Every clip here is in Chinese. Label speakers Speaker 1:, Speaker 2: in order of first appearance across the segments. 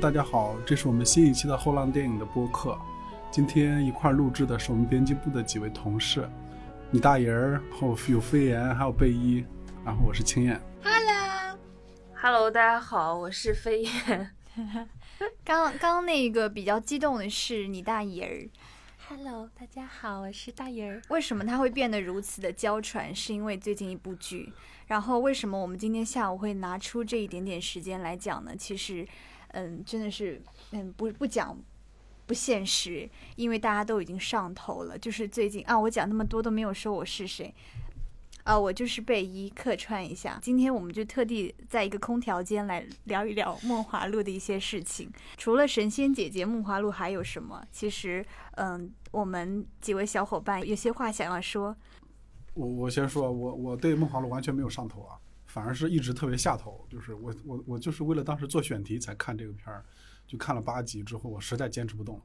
Speaker 1: 大家好，这是我们新一期的后浪电影的播客。今天一块儿录制的是我们编辑部的几位同事，你大爷儿，然后有肺炎，还有贝一，然后我是青燕。
Speaker 2: Hello，大家好，我是飞 燕。
Speaker 3: 刚刚那个比较激动的是你大爷儿，
Speaker 4: Hello，大家好，我是大爷儿。
Speaker 3: 为什么他会变得如此的娇喘？是因为最近一部剧。然后为什么我们今天下午会拿出这一点点时间来讲呢？其实，嗯，真的是，嗯，不不讲不现实，因为大家都已经上头了。就是最近啊，我讲那么多都没有说我是谁。啊，我就是被一客串一下。今天我们就特地在一个空调间来聊一聊梦华录的一些事情。除了神仙姐姐，梦华录还有什么？其实，嗯，我们几位小伙伴有些话想要说。
Speaker 1: 我我先说，我我对梦华录完全没有上头啊，反而是一直特别下头。就是我我我就是为了当时做选题才看这个片儿，就看了八集之后，我实在坚持不动了，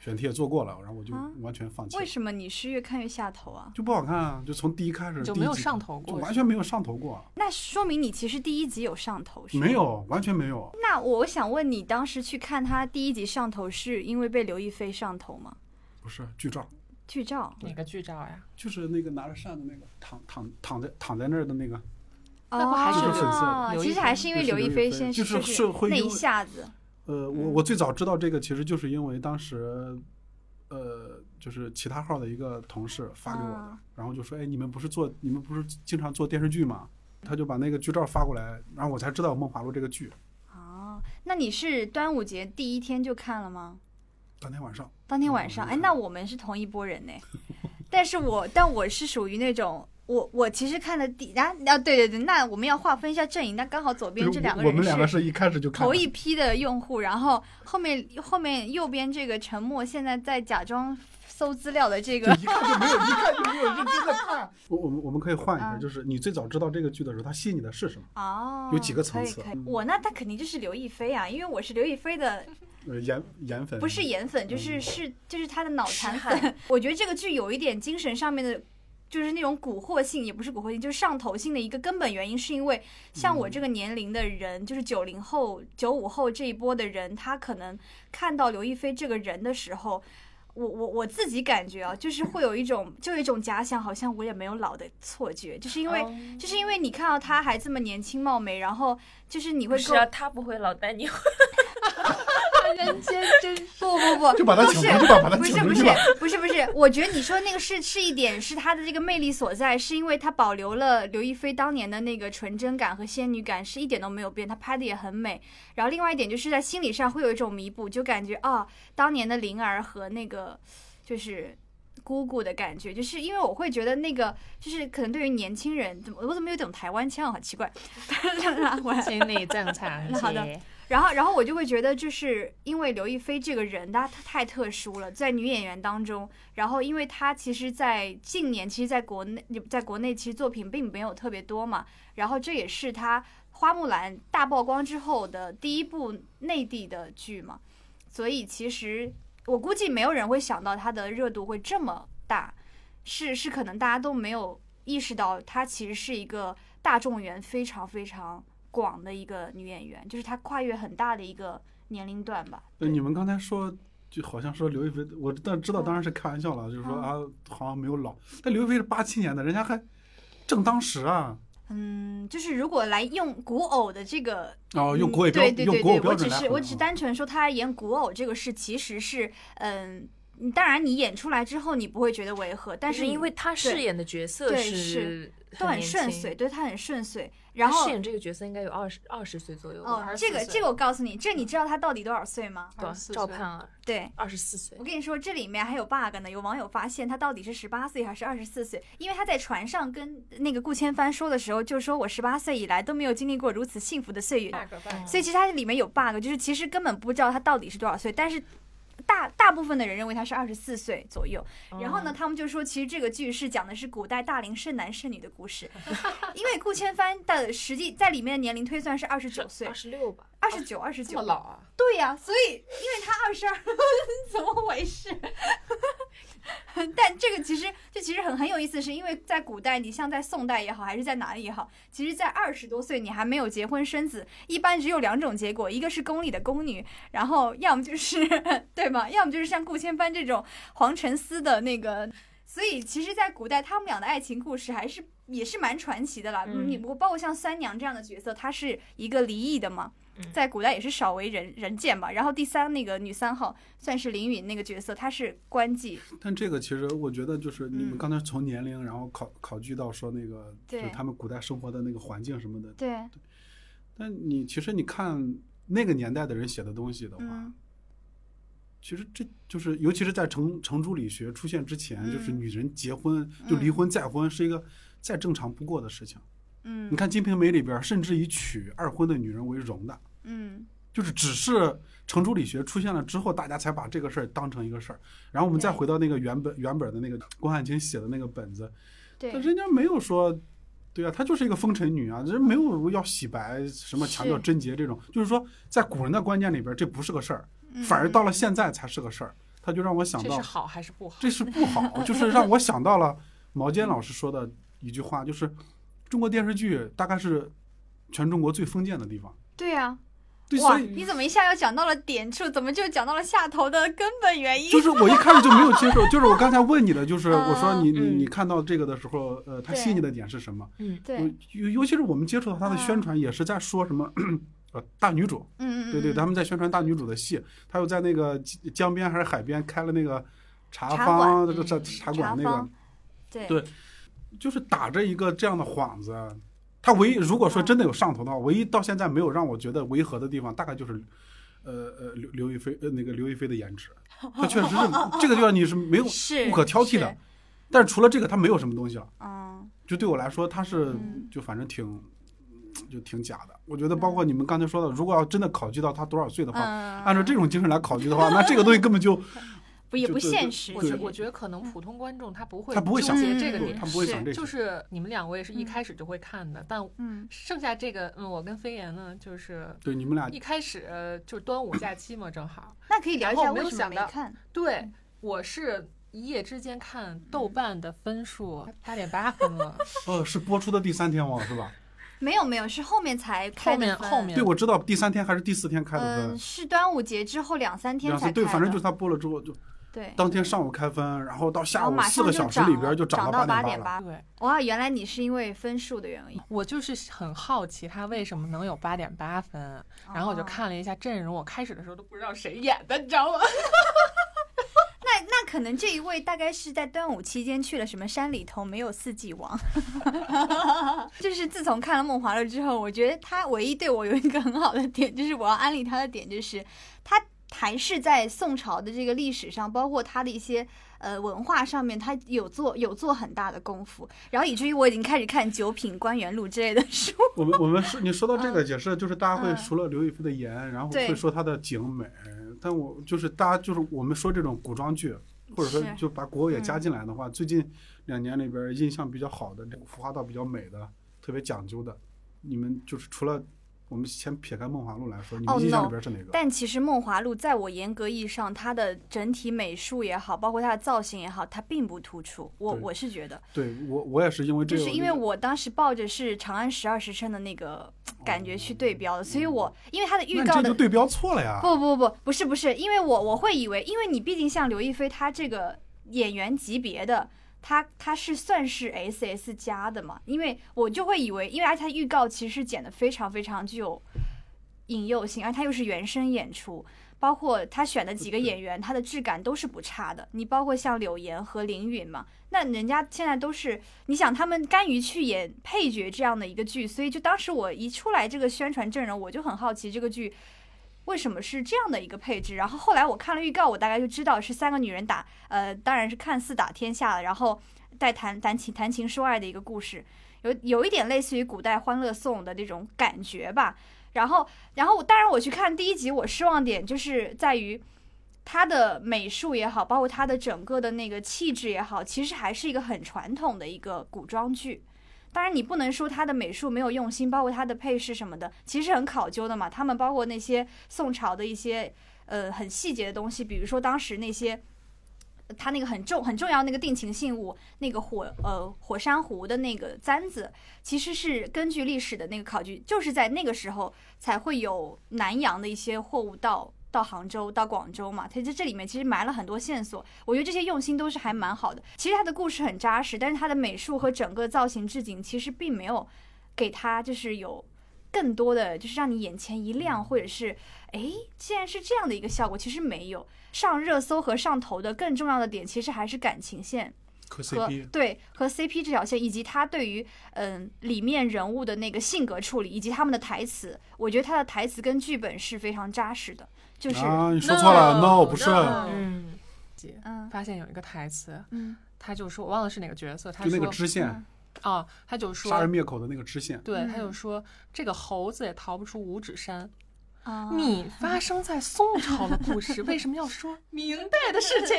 Speaker 1: 选题也做过了，然后我就
Speaker 3: 啊
Speaker 1: 完全放弃了。
Speaker 3: 为什么你是越看越下头啊？
Speaker 1: 就不好看啊！就从第一开始
Speaker 4: 就
Speaker 1: 第一
Speaker 4: 没有
Speaker 1: 集
Speaker 4: 上头
Speaker 1: 就
Speaker 4: 过
Speaker 1: 完全没有上头过，
Speaker 3: 那说明你其实第一集有上头，是吗
Speaker 1: 没。有，完全没有。
Speaker 3: 那我想问你，当时去看他第一集上头，是因为被刘亦菲上头吗？
Speaker 1: 不是剧照，
Speaker 3: 剧照
Speaker 4: 哪个剧照 呀？
Speaker 1: 就是那个拿着扇的那个躺躺躺在躺在那儿的那个，
Speaker 3: 哦，
Speaker 4: 那不还
Speaker 1: 是就是粉色的
Speaker 3: 哦
Speaker 4: 刘亦菲
Speaker 3: 其实还是因为刘亦菲先
Speaker 1: 就是刘亦菲就是
Speaker 3: 就
Speaker 1: 会
Speaker 3: 那
Speaker 1: 因
Speaker 3: 一
Speaker 1: 为
Speaker 3: 下子，
Speaker 1: 呃，
Speaker 3: 嗯
Speaker 1: 我我最早知道这个，其实就是因为当时，呃，就是其他号的一个同事发给我的，
Speaker 3: 啊
Speaker 1: 然后就说，哎，你们不是做，你们不是经常做电视剧吗？他就把那个剧照发过来，然后我才知道《梦华录》这个剧。
Speaker 3: 哦，那你是端午节第一天就看了吗？
Speaker 1: 当天晚上，
Speaker 3: 当天晚上，
Speaker 1: 嗯
Speaker 3: 哎，那我们是同一波人 呢。但是我，但我是属于那种，我我其实看的第啊啊，对对对，那我们要划分一下阵营，那刚好左边
Speaker 1: 就
Speaker 3: 这
Speaker 1: 是
Speaker 3: 两
Speaker 1: 哎我
Speaker 3: 个
Speaker 1: 我们两个
Speaker 3: 人是
Speaker 1: 是一开始就看
Speaker 3: 头
Speaker 1: 了，
Speaker 3: 一批的用户，然后后面后面右边这个沉默现在在假装搜资料的这
Speaker 1: 就
Speaker 3: 个，
Speaker 1: 一看就没有，一看就没有认真的看。我我们我们可以换一下，
Speaker 3: 啊
Speaker 1: 就是你最早知道这个剧的时候，它吸引你的是什么？
Speaker 3: 哦，
Speaker 1: 有几个层次
Speaker 3: 可以可以
Speaker 1: 嗯，
Speaker 3: 我那他肯定就是刘亦菲啊，因为我是刘亦菲的
Speaker 1: 呃，颜颜粉
Speaker 3: 不是颜粉，就
Speaker 1: 嗯
Speaker 3: 是是就是他的脑残
Speaker 2: 痴汉
Speaker 3: 粉。 我觉得这个剧有一点精神上面的，就是那种蛊惑性，也不是蛊惑性，就是上头性的一个根本原因，是因为像我
Speaker 1: 嗯
Speaker 3: 这个年龄的人，就是九零后、九五后这一波的人，他可能看到刘亦菲这个人的时候。我我我自己感觉啊，就是会有一种，就有一种假想，好像我也没有老的错觉，就是因为，
Speaker 2: 哦
Speaker 3: 就是因为你看到她还这么年轻貌美，然后就是你会
Speaker 2: 不
Speaker 3: 跟
Speaker 2: 是啊，他不会老带你。
Speaker 4: 人间真
Speaker 3: 不不不，
Speaker 1: 就把它
Speaker 3: 不
Speaker 1: 请
Speaker 3: 是
Speaker 1: 回去吧，把它
Speaker 3: 不
Speaker 1: 请
Speaker 3: 是
Speaker 1: 回
Speaker 3: 不
Speaker 1: 去
Speaker 3: 是
Speaker 1: 吧。
Speaker 3: 不是不是，我觉得你说那个是是一点是她的这个魅力所在，是因为她保留了刘亦菲当年的那个纯真感和仙女感，是一点都没有变，她拍的也很美。然后另外一点就是在心理上会有一种弥补，就感觉啊、当年的灵儿和那个就是。姑姑的感觉，就是因为我会觉得那个，就是可能对于年轻人，怎么我怎么有种台湾腔，好啊奇怪。 拉回来，
Speaker 4: 心理正 常
Speaker 3: 好的
Speaker 4: 姐
Speaker 3: 然后，然后我就会觉得，就是因为刘亦菲这个人，她她太特殊了，在女演员当中。然后，因为她其实，在近年，其实在国内，在国内其实作品并没有特别多嘛。然后，这也是她《花木兰》大曝光之后的第一部内地的剧嘛。所以，其实我估计没有人会想到她的热度会这么大，是是可能大家都没有意识到，她其实是一个大众缘非常非常广的一个女演员，就是她跨越很大的一个年龄段吧。
Speaker 1: 对，
Speaker 3: 对
Speaker 1: 你们刚才说，就好像说刘亦菲，我但知道当然是开玩笑了，就是说啊
Speaker 3: 啊，
Speaker 1: 好像没有老。但刘亦菲是八七年的，人家还正当时啊。
Speaker 3: 嗯，就是如果来用古偶的这个，
Speaker 1: 哦，
Speaker 3: 嗯
Speaker 1: 用国语标
Speaker 3: 对对
Speaker 1: 用
Speaker 3: 对
Speaker 1: 国语
Speaker 3: 对，
Speaker 1: 标
Speaker 3: 我
Speaker 1: 准
Speaker 3: 只
Speaker 1: 来
Speaker 3: 是
Speaker 1: 衡
Speaker 3: 我
Speaker 1: 量啊
Speaker 3: 只单纯说她演古偶这个事，其实是嗯，你当然你演出来之后你不会觉得违和，但
Speaker 2: 但
Speaker 3: 是
Speaker 2: 是
Speaker 3: 你
Speaker 2: 因为他饰演的角色
Speaker 3: 对
Speaker 2: 是
Speaker 3: 是都
Speaker 2: 嗯
Speaker 3: 很
Speaker 2: 年
Speaker 3: 顺
Speaker 2: 轻
Speaker 3: 遂，，对她很顺遂。
Speaker 2: 他
Speaker 3: 然后
Speaker 2: 饰演这个角色应该有二十二十岁左右吧。
Speaker 3: 哦，
Speaker 4: 24
Speaker 3: 这个
Speaker 4: 岁
Speaker 3: 这个我告诉你，这你知道她到底多少岁吗？
Speaker 2: 对吧，
Speaker 4: 24
Speaker 2: 赵
Speaker 4: 岁
Speaker 2: 盼儿
Speaker 3: 对，
Speaker 2: 二十四岁
Speaker 3: 我，跟你说，这里面还有 bug 呢。有网友发现他到底是十八岁还是二十四岁，因为他在船上跟那个顾千帆说的时候，就说我十八岁以来都没有经历过如此幸福的岁月，
Speaker 4: 嗯
Speaker 3: 所以其实它里面有 bug，就是其实根本不知道他到底是多少岁，但是。大大部分的人认为他是二十四岁左右，然后呢，他们就说其实这个剧是讲的是古代大龄剩男剩女的故事， 因为顾千帆的实际在里面的年龄推算是二十九岁
Speaker 2: 嗯 二，十六吧，
Speaker 3: 二十九，二十
Speaker 4: 这
Speaker 3: 九
Speaker 4: 么，老啊？
Speaker 3: 对呀、所以因为他二十二，怎么回事？ 但这个其实这其实很很有意思，是因为在古代，你像在宋代也好，还是在哪里也好，其实，在二十多岁你还没有结婚生子，一般只有两种结果，一个是宫里的宫女，然后要么就是 对吗？要么就是像顾千帆这种皇城司的那个。所以，其实，在古代，他们俩的爱情故事还是也是蛮传奇的啦。
Speaker 4: 嗯
Speaker 3: 你不包括像三娘这样的角色，她是一个离异的嘛，在古代也是少为人人见吧。然后第三那个女三号算是凌云那个角色，她是官妓，
Speaker 1: 但这个其实我觉得就是你
Speaker 3: 嗯
Speaker 1: 们刚才从年龄，然后考考据到说那个，就
Speaker 3: 对
Speaker 1: 是他们古代生活的那个环境什么的。
Speaker 3: 对，
Speaker 1: 但你其实你看那个年代的人写的东西的话，
Speaker 3: 嗯
Speaker 1: 其实这就是，尤其是在程程朱理学出现之前，
Speaker 3: 嗯
Speaker 1: 就是女人结婚就离
Speaker 3: 嗯
Speaker 1: 婚再婚是一个再正常不过的事情。
Speaker 3: 嗯
Speaker 1: 你看《金瓶梅》里边，甚至以娶二婚的女人为荣的，
Speaker 3: 嗯，
Speaker 1: 就是只是程朱理学出现了之后，大家才把这个事儿当成一个事儿。然后我们再
Speaker 3: 对
Speaker 1: 回到那个原本原本的那个郭汉卿写的那个本子，
Speaker 3: 对
Speaker 1: 但，人家没有说，对啊，她就是一个风尘女啊，人没有要洗白什么强调
Speaker 4: 是
Speaker 1: 贞洁这种，就是说在古人的观念里边，这不是个事儿，
Speaker 3: 嗯
Speaker 1: 反而到了现在才是个事儿。他就让我想
Speaker 4: 这
Speaker 1: 到
Speaker 4: 是，好还是不好？
Speaker 1: 这是不好，就是让我想到了毛尖老师说的一句话，就是中国电视剧大概是全中国最封建的地方。
Speaker 3: 对啊，
Speaker 1: 对，
Speaker 3: 哇，
Speaker 1: 所以
Speaker 3: 你怎么一下又讲到了点处，怎么就讲到了下头的根本原因？
Speaker 1: 就是我一开始就没有接受，就是我刚才问你的，就是
Speaker 3: 嗯
Speaker 1: 我说你你
Speaker 4: 嗯
Speaker 1: 你看到这个的时候，呃，它
Speaker 3: 对
Speaker 1: 细腻的点是什么？
Speaker 4: 嗯，
Speaker 3: 对，嗯
Speaker 1: 尤尤尤其是我们接触到它的宣传，也是在说什么。呃，大女主，
Speaker 3: 嗯，嗯
Speaker 1: 对对，
Speaker 3: 嗯
Speaker 1: 他们在宣传大女主的戏，他又在那个江江边还是海边开了那个茶
Speaker 3: 茶
Speaker 1: 坊，
Speaker 3: 馆
Speaker 1: 这个茶
Speaker 4: 嗯
Speaker 1: 茶
Speaker 3: 茶
Speaker 1: 馆那个
Speaker 3: 坊，，对
Speaker 1: 对就是打着一个这样的幌子。啊他唯一如果说真的有上头的话，唯一到现在没有让我觉得违和的地方，大概就是，呃呃刘刘亦菲呃那个刘亦菲的颜值，她确实是这个地方你是没有
Speaker 3: 是
Speaker 1: 无可挑剔的
Speaker 3: 是，
Speaker 1: 但是除了这个，她没有什么东西了。
Speaker 3: 嗯
Speaker 1: 就对我来说，她是
Speaker 3: 嗯
Speaker 1: 就反正挺就挺假的。我觉得包括你们刚才说的，如果要真的考据到她多少岁的话，
Speaker 3: 嗯，
Speaker 1: 按照这种精神来考据的话，那这个东西根本就
Speaker 3: 不也
Speaker 1: 就
Speaker 3: 不
Speaker 1: 对
Speaker 3: 现
Speaker 1: 对
Speaker 3: 实，
Speaker 4: 我
Speaker 1: 对
Speaker 4: 觉我觉得可能普通观众他不会
Speaker 1: 他不会
Speaker 4: 纠
Speaker 1: 想
Speaker 4: 结这个
Speaker 3: 嗯
Speaker 1: 对
Speaker 4: 点，
Speaker 1: 他不会
Speaker 3: 是
Speaker 1: 想这些。
Speaker 4: 就是你们两位是
Speaker 3: 嗯
Speaker 4: 一开始就会看的，但
Speaker 3: 嗯
Speaker 4: 剩下这个，嗯，我跟飞岩呢，就是
Speaker 1: 对你们俩
Speaker 4: 一开始呃就是端午假期嘛，正好，，
Speaker 3: 那可以聊一
Speaker 4: 然后
Speaker 3: 下
Speaker 4: 没有
Speaker 3: 为什么
Speaker 4: 想
Speaker 3: 没
Speaker 4: 到
Speaker 3: 看，
Speaker 4: 对，我是一夜之间看豆瓣的分数八点八分了，
Speaker 1: 呃是播出的第三天哦，是 吧？
Speaker 3: 没有没有，是后面才开
Speaker 4: 后
Speaker 3: 的
Speaker 4: 面
Speaker 3: 分
Speaker 4: 后面
Speaker 1: 对，我知道第三天还是第四天开的分
Speaker 3: 嗯，。是端午节之后两三天
Speaker 1: 然
Speaker 3: 才
Speaker 1: 后
Speaker 3: 开
Speaker 1: 对，反正就是
Speaker 3: 的
Speaker 1: 他播了之后，就
Speaker 3: 对。
Speaker 1: 当天上午开分，然后到
Speaker 3: 然
Speaker 1: 下
Speaker 3: 后
Speaker 1: 午
Speaker 3: 马
Speaker 1: 四
Speaker 3: 上
Speaker 1: 个
Speaker 3: 就
Speaker 1: 小时
Speaker 3: 涨
Speaker 1: 里边
Speaker 3: 了
Speaker 1: 就涨
Speaker 3: 到
Speaker 1: 八
Speaker 3: 点
Speaker 1: 八了。
Speaker 3: 八。
Speaker 4: 对
Speaker 3: 哇，原来你是因为分数的原因，
Speaker 4: 我就是很好奇他为什么能有八点八分，然后我就
Speaker 3: 哦。
Speaker 4: 看了一下阵容，我开始的时候都不知道谁演的，你知道吗？
Speaker 3: 那那可能这一位大概是在端午期间去了什么山里头，没有四季王。 就是自从看了《梦华录》之后，我觉得他唯一对我有一个很好的点，就是我要安利他的点，就是他还是在宋朝的这个历史上，包括他的一些呃文化上面，他有做有做很大的功夫。然后以至于我已经开始看《九品官员录》之类的书。
Speaker 1: 我们我们说你说到这个也是，就是大家会除了刘亦菲的颜，然后
Speaker 3: 嗯对
Speaker 1: 会说她的景美，但我就是大家就是我们说这种古装剧，或者说
Speaker 3: 是嗯
Speaker 1: 就把国也加进来的话，最近两年里边印象比较好的、服化道比较美的、特别讲究的，你们就是除了我们先撇开《梦华录》来说，你
Speaker 3: 哦
Speaker 1: 们印象
Speaker 3: no
Speaker 1: 里边是哪个？
Speaker 3: 但其实《梦华录》在我严格意义上，它的整体美术也好，包括它的造型也好，它并不突出。我
Speaker 1: 对
Speaker 3: 我是觉得，
Speaker 1: 对我我也是因为这
Speaker 3: 就
Speaker 1: 个，
Speaker 3: 是因为我当时抱着是《长安十二时辰》的那个感觉去对标的，所以我因为它的
Speaker 1: 哦那
Speaker 3: 预
Speaker 1: 你
Speaker 3: 告
Speaker 1: 这就
Speaker 3: 的。
Speaker 1: 对标错了呀。
Speaker 3: 不不不，不是不是，因为我我会以为，因为你毕竟像刘亦菲她这个演员级别的，她她是算是 S S 加的嘛，因为我就会以为，因为而且她预告其实剪的非常非常具有引诱性，而她又是原声演出，包括她选的几个演员，她的质感都是不差的。你包括像柳岩和林允嘛，那人家现在都是，你想他们甘于去演配角这样的一个剧，所以就当时我一出来这个宣传阵容，我就很好奇这个剧。为什么是这样的一个配置？然后后来我看了预告，我大概就知道是三个女人打，呃，当然是看似打天下了，然后带谈谈情谈情说爱的一个故事，有有一点类似于古代《欢乐颂》的那种感觉吧。然后，然后我当然我去看第一集，我失望点就是在于它的美术也好，包括它的整个的那个气质也好，其实还是一个很传统的一个古装剧。当然，你不能说它的美术没有用心，包括它的配饰什么的，其实很考究的嘛。他们包括那些宋朝的一些呃很细节的东西，比如说当时那些他那个很重很重要那个定情信物，那个火呃火山湖的那个簪子，其实是根据历史的那个考据，就是在那个时候才会有南洋的一些货物到到杭州、到广州嘛。它这这里面其实埋了很多线索，我觉得这些用心都是还蛮好的。其实它的故事很扎实，但是它的美术和整个造型置景其实并没有给它就是有更多的就是让你眼前一亮，或者是诶，竟然是这样的一个效果，其实没有。上热搜和上头的更重要的点，其实还是感情线
Speaker 1: 磕
Speaker 3: 和
Speaker 1: CP，
Speaker 3: 对和 CP 这条线，以及他对于嗯里面人物的那个性格处理，以及他们的台词，我觉得他的台词跟剧本是非常扎实的，就是
Speaker 1: 啊，你说错了
Speaker 4: No，
Speaker 1: 不是
Speaker 2: no
Speaker 4: 嗯，
Speaker 3: 嗯
Speaker 4: 发现有一个台词，
Speaker 3: 嗯
Speaker 4: 他就说，我忘了是哪个角色，他
Speaker 1: 就那个
Speaker 4: 说
Speaker 1: 知县
Speaker 3: 嗯，
Speaker 4: 啊，他就
Speaker 1: 杀人
Speaker 4: 说，
Speaker 1: 灭口的那个知县，
Speaker 4: 对，他就
Speaker 3: 嗯
Speaker 4: 说这个猴子也逃不出五指山。
Speaker 3: 啊，
Speaker 4: 你发生在宋朝的故事，为什么 要说明代的事情？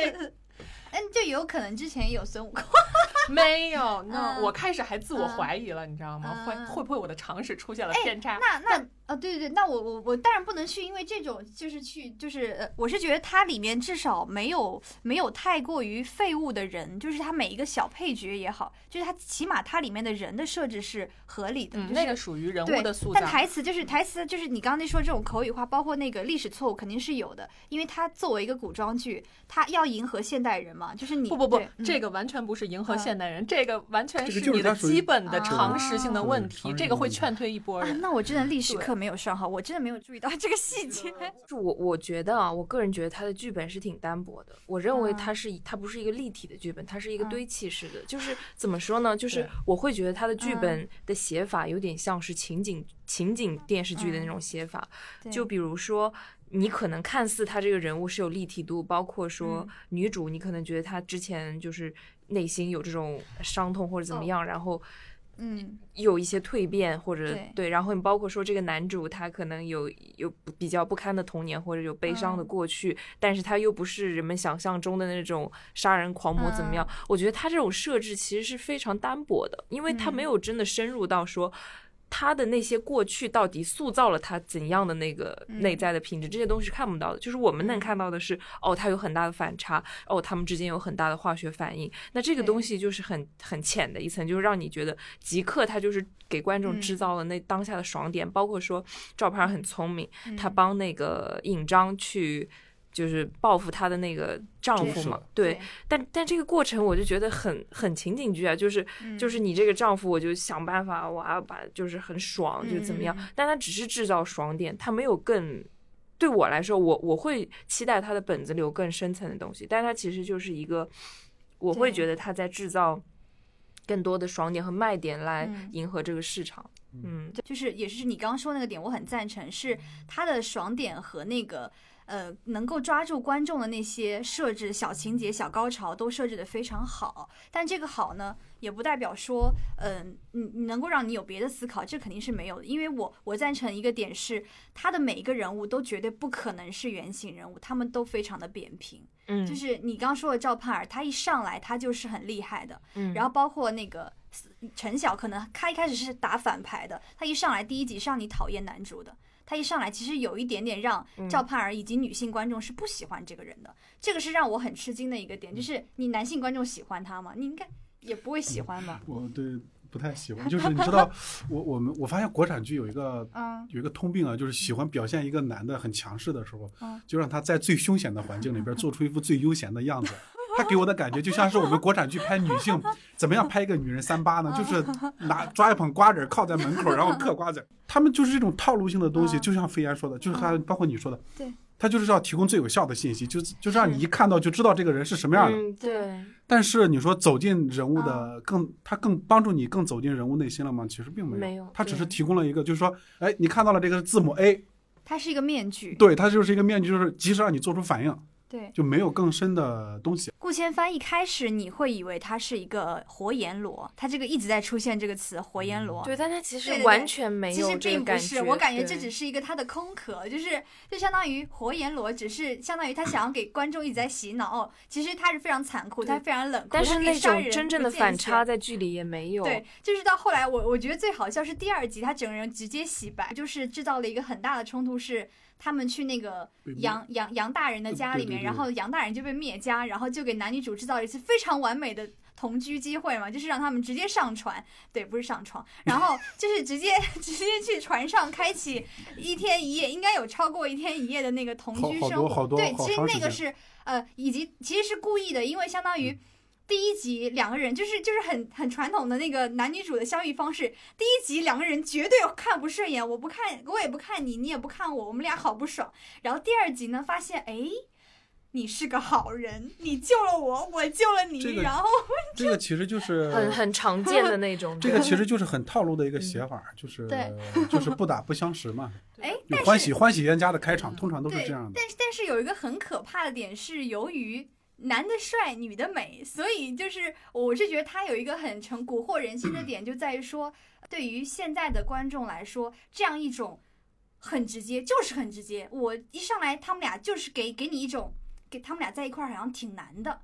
Speaker 3: 嗯就有可能之前有孙悟空，
Speaker 4: 没有，no，
Speaker 3: 嗯
Speaker 4: 我开始还自我怀疑了，你知道吗？
Speaker 3: 嗯
Speaker 4: 会
Speaker 3: 嗯
Speaker 4: 会不会我的常识出现了
Speaker 3: 哎
Speaker 4: 偏差？
Speaker 3: 那那啊对对对，那我我我当然不能去，因为这种就是去就是呃我是觉得它里面至少没有没有太过于废物的人，就是它每一个小配角也好，就是它起码它里面的人的设置是合理的，
Speaker 4: 嗯，
Speaker 3: 就是
Speaker 4: 那个属于人
Speaker 3: 对
Speaker 4: 物的塑造
Speaker 3: 但。台词就是台词，就是你刚才说这种口语化，包括那个历史错误肯定是有的，因为它作为一个古装剧，它要迎合现代人嘛，就是你
Speaker 4: 不不不
Speaker 3: 对，嗯
Speaker 4: 这个完全不是迎合
Speaker 3: 嗯
Speaker 4: 现代人，这个完全
Speaker 1: 这个
Speaker 4: 是
Speaker 1: 就是
Speaker 4: 你的
Speaker 1: 它属于
Speaker 4: 基本的
Speaker 3: 啊
Speaker 4: 常识性的
Speaker 1: 对
Speaker 4: 问
Speaker 1: 常
Speaker 4: 题，
Speaker 1: 识
Speaker 4: 这
Speaker 1: 性
Speaker 4: 个
Speaker 1: 的
Speaker 4: 会
Speaker 1: 问题
Speaker 4: 劝退一波
Speaker 3: 啊，
Speaker 4: 人。
Speaker 3: 那我真的历史
Speaker 4: 对
Speaker 3: 课没有上好，我真的没有注意到这个细 节。
Speaker 2: 就我我觉得啊，我个人觉得他的剧本是挺单薄的。我认为
Speaker 3: 嗯
Speaker 2: 它是一它不是一个立体的剧本，它是一个
Speaker 3: 嗯
Speaker 2: 堆砌式的。就是怎么说呢？就是
Speaker 4: 对
Speaker 2: 我会觉得他的剧
Speaker 3: 嗯
Speaker 2: 本的写法有点像是情景情景电视剧的那
Speaker 3: 嗯
Speaker 2: 种写法。
Speaker 3: 对
Speaker 2: 就比如说，你可能看似她这个人物是有立体度，包括说
Speaker 3: 嗯
Speaker 2: 女主，你可能觉得她之前就是内心有这种伤痛或者怎么
Speaker 3: 哦
Speaker 2: 样，然后
Speaker 3: 嗯
Speaker 2: 有一些蜕变或者
Speaker 3: 对
Speaker 2: 对，然后你包括说这个男主他可能有有比较不堪的童年或者有悲伤的
Speaker 3: 嗯
Speaker 2: 过去，但是他又不是人们想象中的那种杀人狂魔怎么
Speaker 3: 嗯
Speaker 2: 样？我觉得他这种设置其实是非常单薄的，因为他没
Speaker 3: 嗯
Speaker 2: 有真的深入到说。他的那些过去到底塑造了他怎样的那个
Speaker 3: 嗯
Speaker 2: 内在的品质，这些东西是看不到的。就是我们能
Speaker 3: 嗯
Speaker 2: 看到的是，哦，他有很大的反差，哦，他们之间有很大的化学反应。那这个
Speaker 3: 对
Speaker 2: 东西就是很很浅的一层，就是让你觉得即刻他就是给观众
Speaker 3: 嗯
Speaker 2: 制造了那当下的爽点，包括说赵盼儿很聪明，
Speaker 3: 嗯
Speaker 2: 她帮那个尹章去。就是报复她的那个丈夫嘛，对，但但这个过程我就觉得很很情景剧啊，就是
Speaker 3: 嗯
Speaker 2: 就是你这个丈夫，我就想办法，我要把就是很爽，就怎么样
Speaker 3: 嗯嗯嗯？
Speaker 2: 但他只是制造爽点，他没有更对我来说，我我会期待他的本子里有更深层的东西，但他其实就是一个，我会
Speaker 3: 对
Speaker 2: 觉得他在制造更多的爽点和卖点来
Speaker 3: 嗯
Speaker 2: 迎合这个市场。嗯，
Speaker 3: 对就是也是你刚刚说那个点，我很赞成，是它的爽点和那个呃能够抓住观众的那些设置小情节、小高潮都设置的非常好。但这个好呢，也不代表说，嗯、你你能够让你有别的思考，这肯定是没有的。因为我我赞成一个点是，他的每一个人物都绝对不可能是原型人物，他们都非常的扁平。
Speaker 2: 嗯
Speaker 3: 就是你刚说的赵盼儿，她一上来她就是很厉害的，
Speaker 2: 嗯
Speaker 3: 然后包括那个陈晓，可能他一开始是打反派的，他一上来第一集是让你讨厌男主的。他一上来其实有一点点让
Speaker 2: 嗯
Speaker 3: 赵盼儿以及女性观众是不喜欢这个人的，这个是让我很吃惊的一个点，就是你男性观众喜欢他吗？你应该也不会喜欢吧？
Speaker 1: 我对不太喜欢，就是你知 道，我我们我发现国产剧有一个
Speaker 3: 嗯
Speaker 1: 有一个通病啊，就是喜欢表现一个男的很强势的时候
Speaker 3: 嗯，
Speaker 1: 就让他在最凶险的环境里边做出一副最悠闲的样子。他给我的感觉就像是我们国产剧拍女性怎么样拍一个女人三八呢？就是拿抓一捧瓜子儿靠在门口，然后嗑瓜子儿。他们就是这种套路性的东西，
Speaker 3: 嗯
Speaker 1: 就像飞燕说的，就是他包括你说的，
Speaker 3: 对，
Speaker 1: 他就是要提供最有效的信息，就就让你一看到就知道这个人是什么样的。
Speaker 2: 嗯对，
Speaker 1: 但是你说走进人物的
Speaker 3: 啊
Speaker 1: 更，他更帮助你更走进人物内心了吗？其实并没有，
Speaker 2: 没有
Speaker 1: 他只是
Speaker 2: 对
Speaker 1: 提供了一个，就是说，哎，你看到了这个字母 A，
Speaker 3: 他是一个面具。
Speaker 1: 对，它就是一个面具，就是及时让你做出反应，
Speaker 3: 对，
Speaker 1: 就没有更深的东西。
Speaker 3: 顾千帆一开始你会以为他是一个活阎罗，他这个一直在出现这个词“活阎罗”，
Speaker 2: 对，但他其
Speaker 3: 对
Speaker 2: 实
Speaker 3: 对
Speaker 2: 完全没
Speaker 3: 其实
Speaker 2: 有这
Speaker 3: 并
Speaker 2: 个
Speaker 3: 不
Speaker 2: 感
Speaker 3: 是，我感觉这
Speaker 2: 对
Speaker 3: 只是一个他的空壳，就是就相当于活阎罗，只是相当于他想要给观众一直在洗脑。 哦，其实他是非常残酷，他非常冷酷，
Speaker 2: 但
Speaker 3: 他
Speaker 2: 是
Speaker 3: 可以
Speaker 2: 那
Speaker 3: 杀
Speaker 2: 种
Speaker 3: 人
Speaker 2: 真正
Speaker 3: 不
Speaker 2: 的
Speaker 3: 见
Speaker 2: 反
Speaker 3: 血
Speaker 2: 差在剧里也没有。
Speaker 3: 对，就是到后来我我觉得最好笑是第二集，他整个人直接洗白，就是制造了一个很大的冲突是。他们去那个
Speaker 1: 被灭呃
Speaker 3: 杨杨杨大人的家里
Speaker 1: 对对
Speaker 3: 面，
Speaker 1: 对
Speaker 3: 然后杨大人就被灭家，然后就给男女主制造了一次非常完美的同居机会嘛，就是让他们直接上船，对，不是上床，然后就是直接直接去船上开启一天一夜，应该有超过一天一夜的那个同
Speaker 1: 好
Speaker 3: 居
Speaker 1: 好
Speaker 3: 生
Speaker 1: 多
Speaker 3: 活。
Speaker 1: 好多
Speaker 3: 对，
Speaker 1: 好
Speaker 3: 其实
Speaker 1: 长时
Speaker 3: 那
Speaker 1: 间
Speaker 3: 个
Speaker 1: 嗯
Speaker 3: 是呃，以及其实是故意的，因为相当于。第一集两个人就是就是很很传统的那个男女主的相遇方式。第一集两个人绝对看不顺眼，我不看我也不看你，你也不看我，我们俩好不爽。然后第二集呢，发现哎，你是个好人，你救了我，我救了你，
Speaker 1: 这个
Speaker 3: 然后
Speaker 1: 这个其实就是
Speaker 2: 很很常见的那种。
Speaker 1: 嗯 这个其实就是很套路的一个写法，就是
Speaker 3: 嗯对
Speaker 1: 就是不打不相识 嘛。
Speaker 3: 哎，
Speaker 1: 有
Speaker 3: 但
Speaker 1: 欢
Speaker 3: 是
Speaker 1: 喜欢喜冤家的开场，
Speaker 4: 嗯
Speaker 1: 通常都是
Speaker 3: 对
Speaker 1: 这样的。
Speaker 3: 但是有一个很可怕的点是，由于男的帅，女的美，所以就是我是觉得他有一个很成蛊惑人心的点，就在于说，对于现在的观众来说，这样一种很直接，就是很直接。我一上来，他们俩就是给给你一种，给他们俩在一块儿好像挺难的。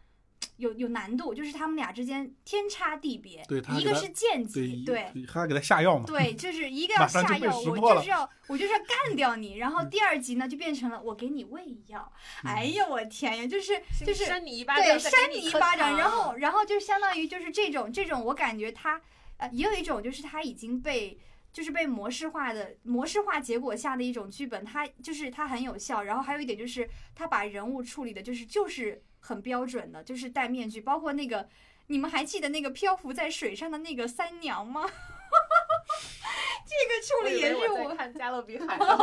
Speaker 3: 有有难度，就是他们俩之间天差地别，
Speaker 1: 对他
Speaker 3: 一
Speaker 1: 给
Speaker 3: 个
Speaker 1: 他
Speaker 3: 是间
Speaker 1: 对
Speaker 3: 接，对，，
Speaker 1: 还要给他下药嘛。
Speaker 3: 对，就是一个
Speaker 1: 马
Speaker 3: 要
Speaker 1: 上
Speaker 3: 下
Speaker 1: 就被
Speaker 3: 药，
Speaker 1: 识
Speaker 3: 我
Speaker 1: 破
Speaker 3: 就
Speaker 1: 了嗯
Speaker 3: 是要我就是要干掉你。然后第二集呢，就变成了我给你喂药。哎呀，我天呀，就是 就是
Speaker 4: 扇你一巴掌，
Speaker 3: 对
Speaker 4: 再
Speaker 3: 扇
Speaker 4: 给
Speaker 3: 你一
Speaker 4: 颗
Speaker 3: 巴掌，
Speaker 4: 糖
Speaker 3: 然后然后就相当于就是这种这种，我感觉他呃也有一种就是他已经被。就是被模式化的模式化结果下的一种剧本，它就是它很有效。然后还有一点就是，他把人物处理的就是就是很标准的，就是戴面具，包括那个你们还记得那个漂浮在水上的那个三娘吗？ 这个处理也是
Speaker 4: 以为
Speaker 3: 我
Speaker 4: 在看《加勒 比海盗》，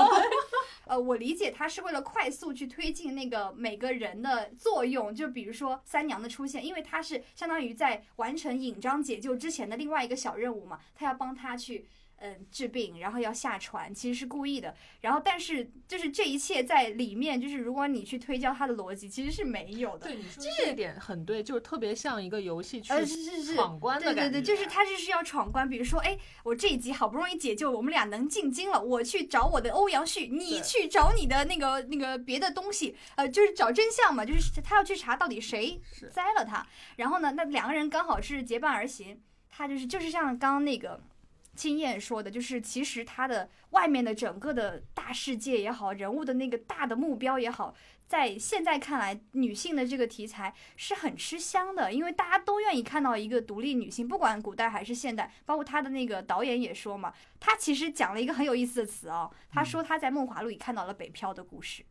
Speaker 3: 呃，我理解他是为了快速去推进那个每个人的作用，就比如说三娘的出现，因为她是相当于在完成引章解救之前的另外一个小任务嘛，她要帮他去。嗯，治病，然后要下船，其实是故意的。然后，但是就是这一切在里面，就是如果你去推敲它的逻辑，其实是没有的。
Speaker 4: 对你说这一点很对，就是特别像一个游戏去
Speaker 3: 呃，是是是，
Speaker 4: 闯关的
Speaker 3: 对对
Speaker 4: 感觉，
Speaker 3: 对，就是他就是要闯关。比如说，哎，我这一集好不容易解救我们俩能进京了，我去找我的欧阳旭，你
Speaker 4: 对
Speaker 3: 去找你的那个那个别的东西，呃，就是找真相嘛，就是他要去查到底谁
Speaker 4: 是
Speaker 3: 栽了他。然后呢，那两个人刚好是结伴而行，他就是就是像刚刚那个。金燕说的，就是其实他的外面的整个的大世界也好，人物的那个大的目标也好，在现在看来，女性的这个题材是很吃香的，因为大家都愿意看到一个独立女性，不管古代还是现代，包括他的那个导演也说嘛，他其实讲了一个很有意思的词哦，他说他在《梦华录》里看到了北漂的故事，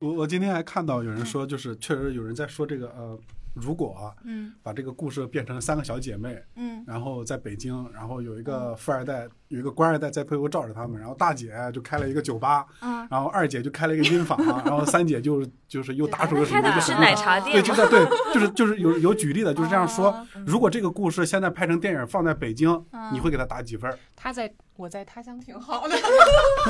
Speaker 1: 我我今天还看到有人说，就是确实有人在说这个呃，如果啊
Speaker 3: 嗯
Speaker 1: 把这个故事变成三个小姐妹，
Speaker 3: 嗯，
Speaker 1: 然后在北京，然后有一个富二代，有一个官二代在背后罩着他们，然后大姐就开了一个酒吧，
Speaker 3: 啊，
Speaker 1: 然后二姐就开了一个晕坊，然后三姐就就是又打手
Speaker 3: 那
Speaker 1: 了什么
Speaker 2: 开
Speaker 1: 一
Speaker 2: 的
Speaker 1: 个
Speaker 2: 是
Speaker 1: 什
Speaker 2: 奶
Speaker 1: 么，
Speaker 2: 茶
Speaker 1: 对，
Speaker 2: 店
Speaker 1: 就
Speaker 2: 吗？
Speaker 1: 在对，就是就是有有举例的，就是这样说。
Speaker 3: 啊，
Speaker 1: 如果这个故事现在拍成电影放在北京，
Speaker 3: 嗯
Speaker 1: 你会给他打几分儿？
Speaker 4: 他在我在他乡挺好的，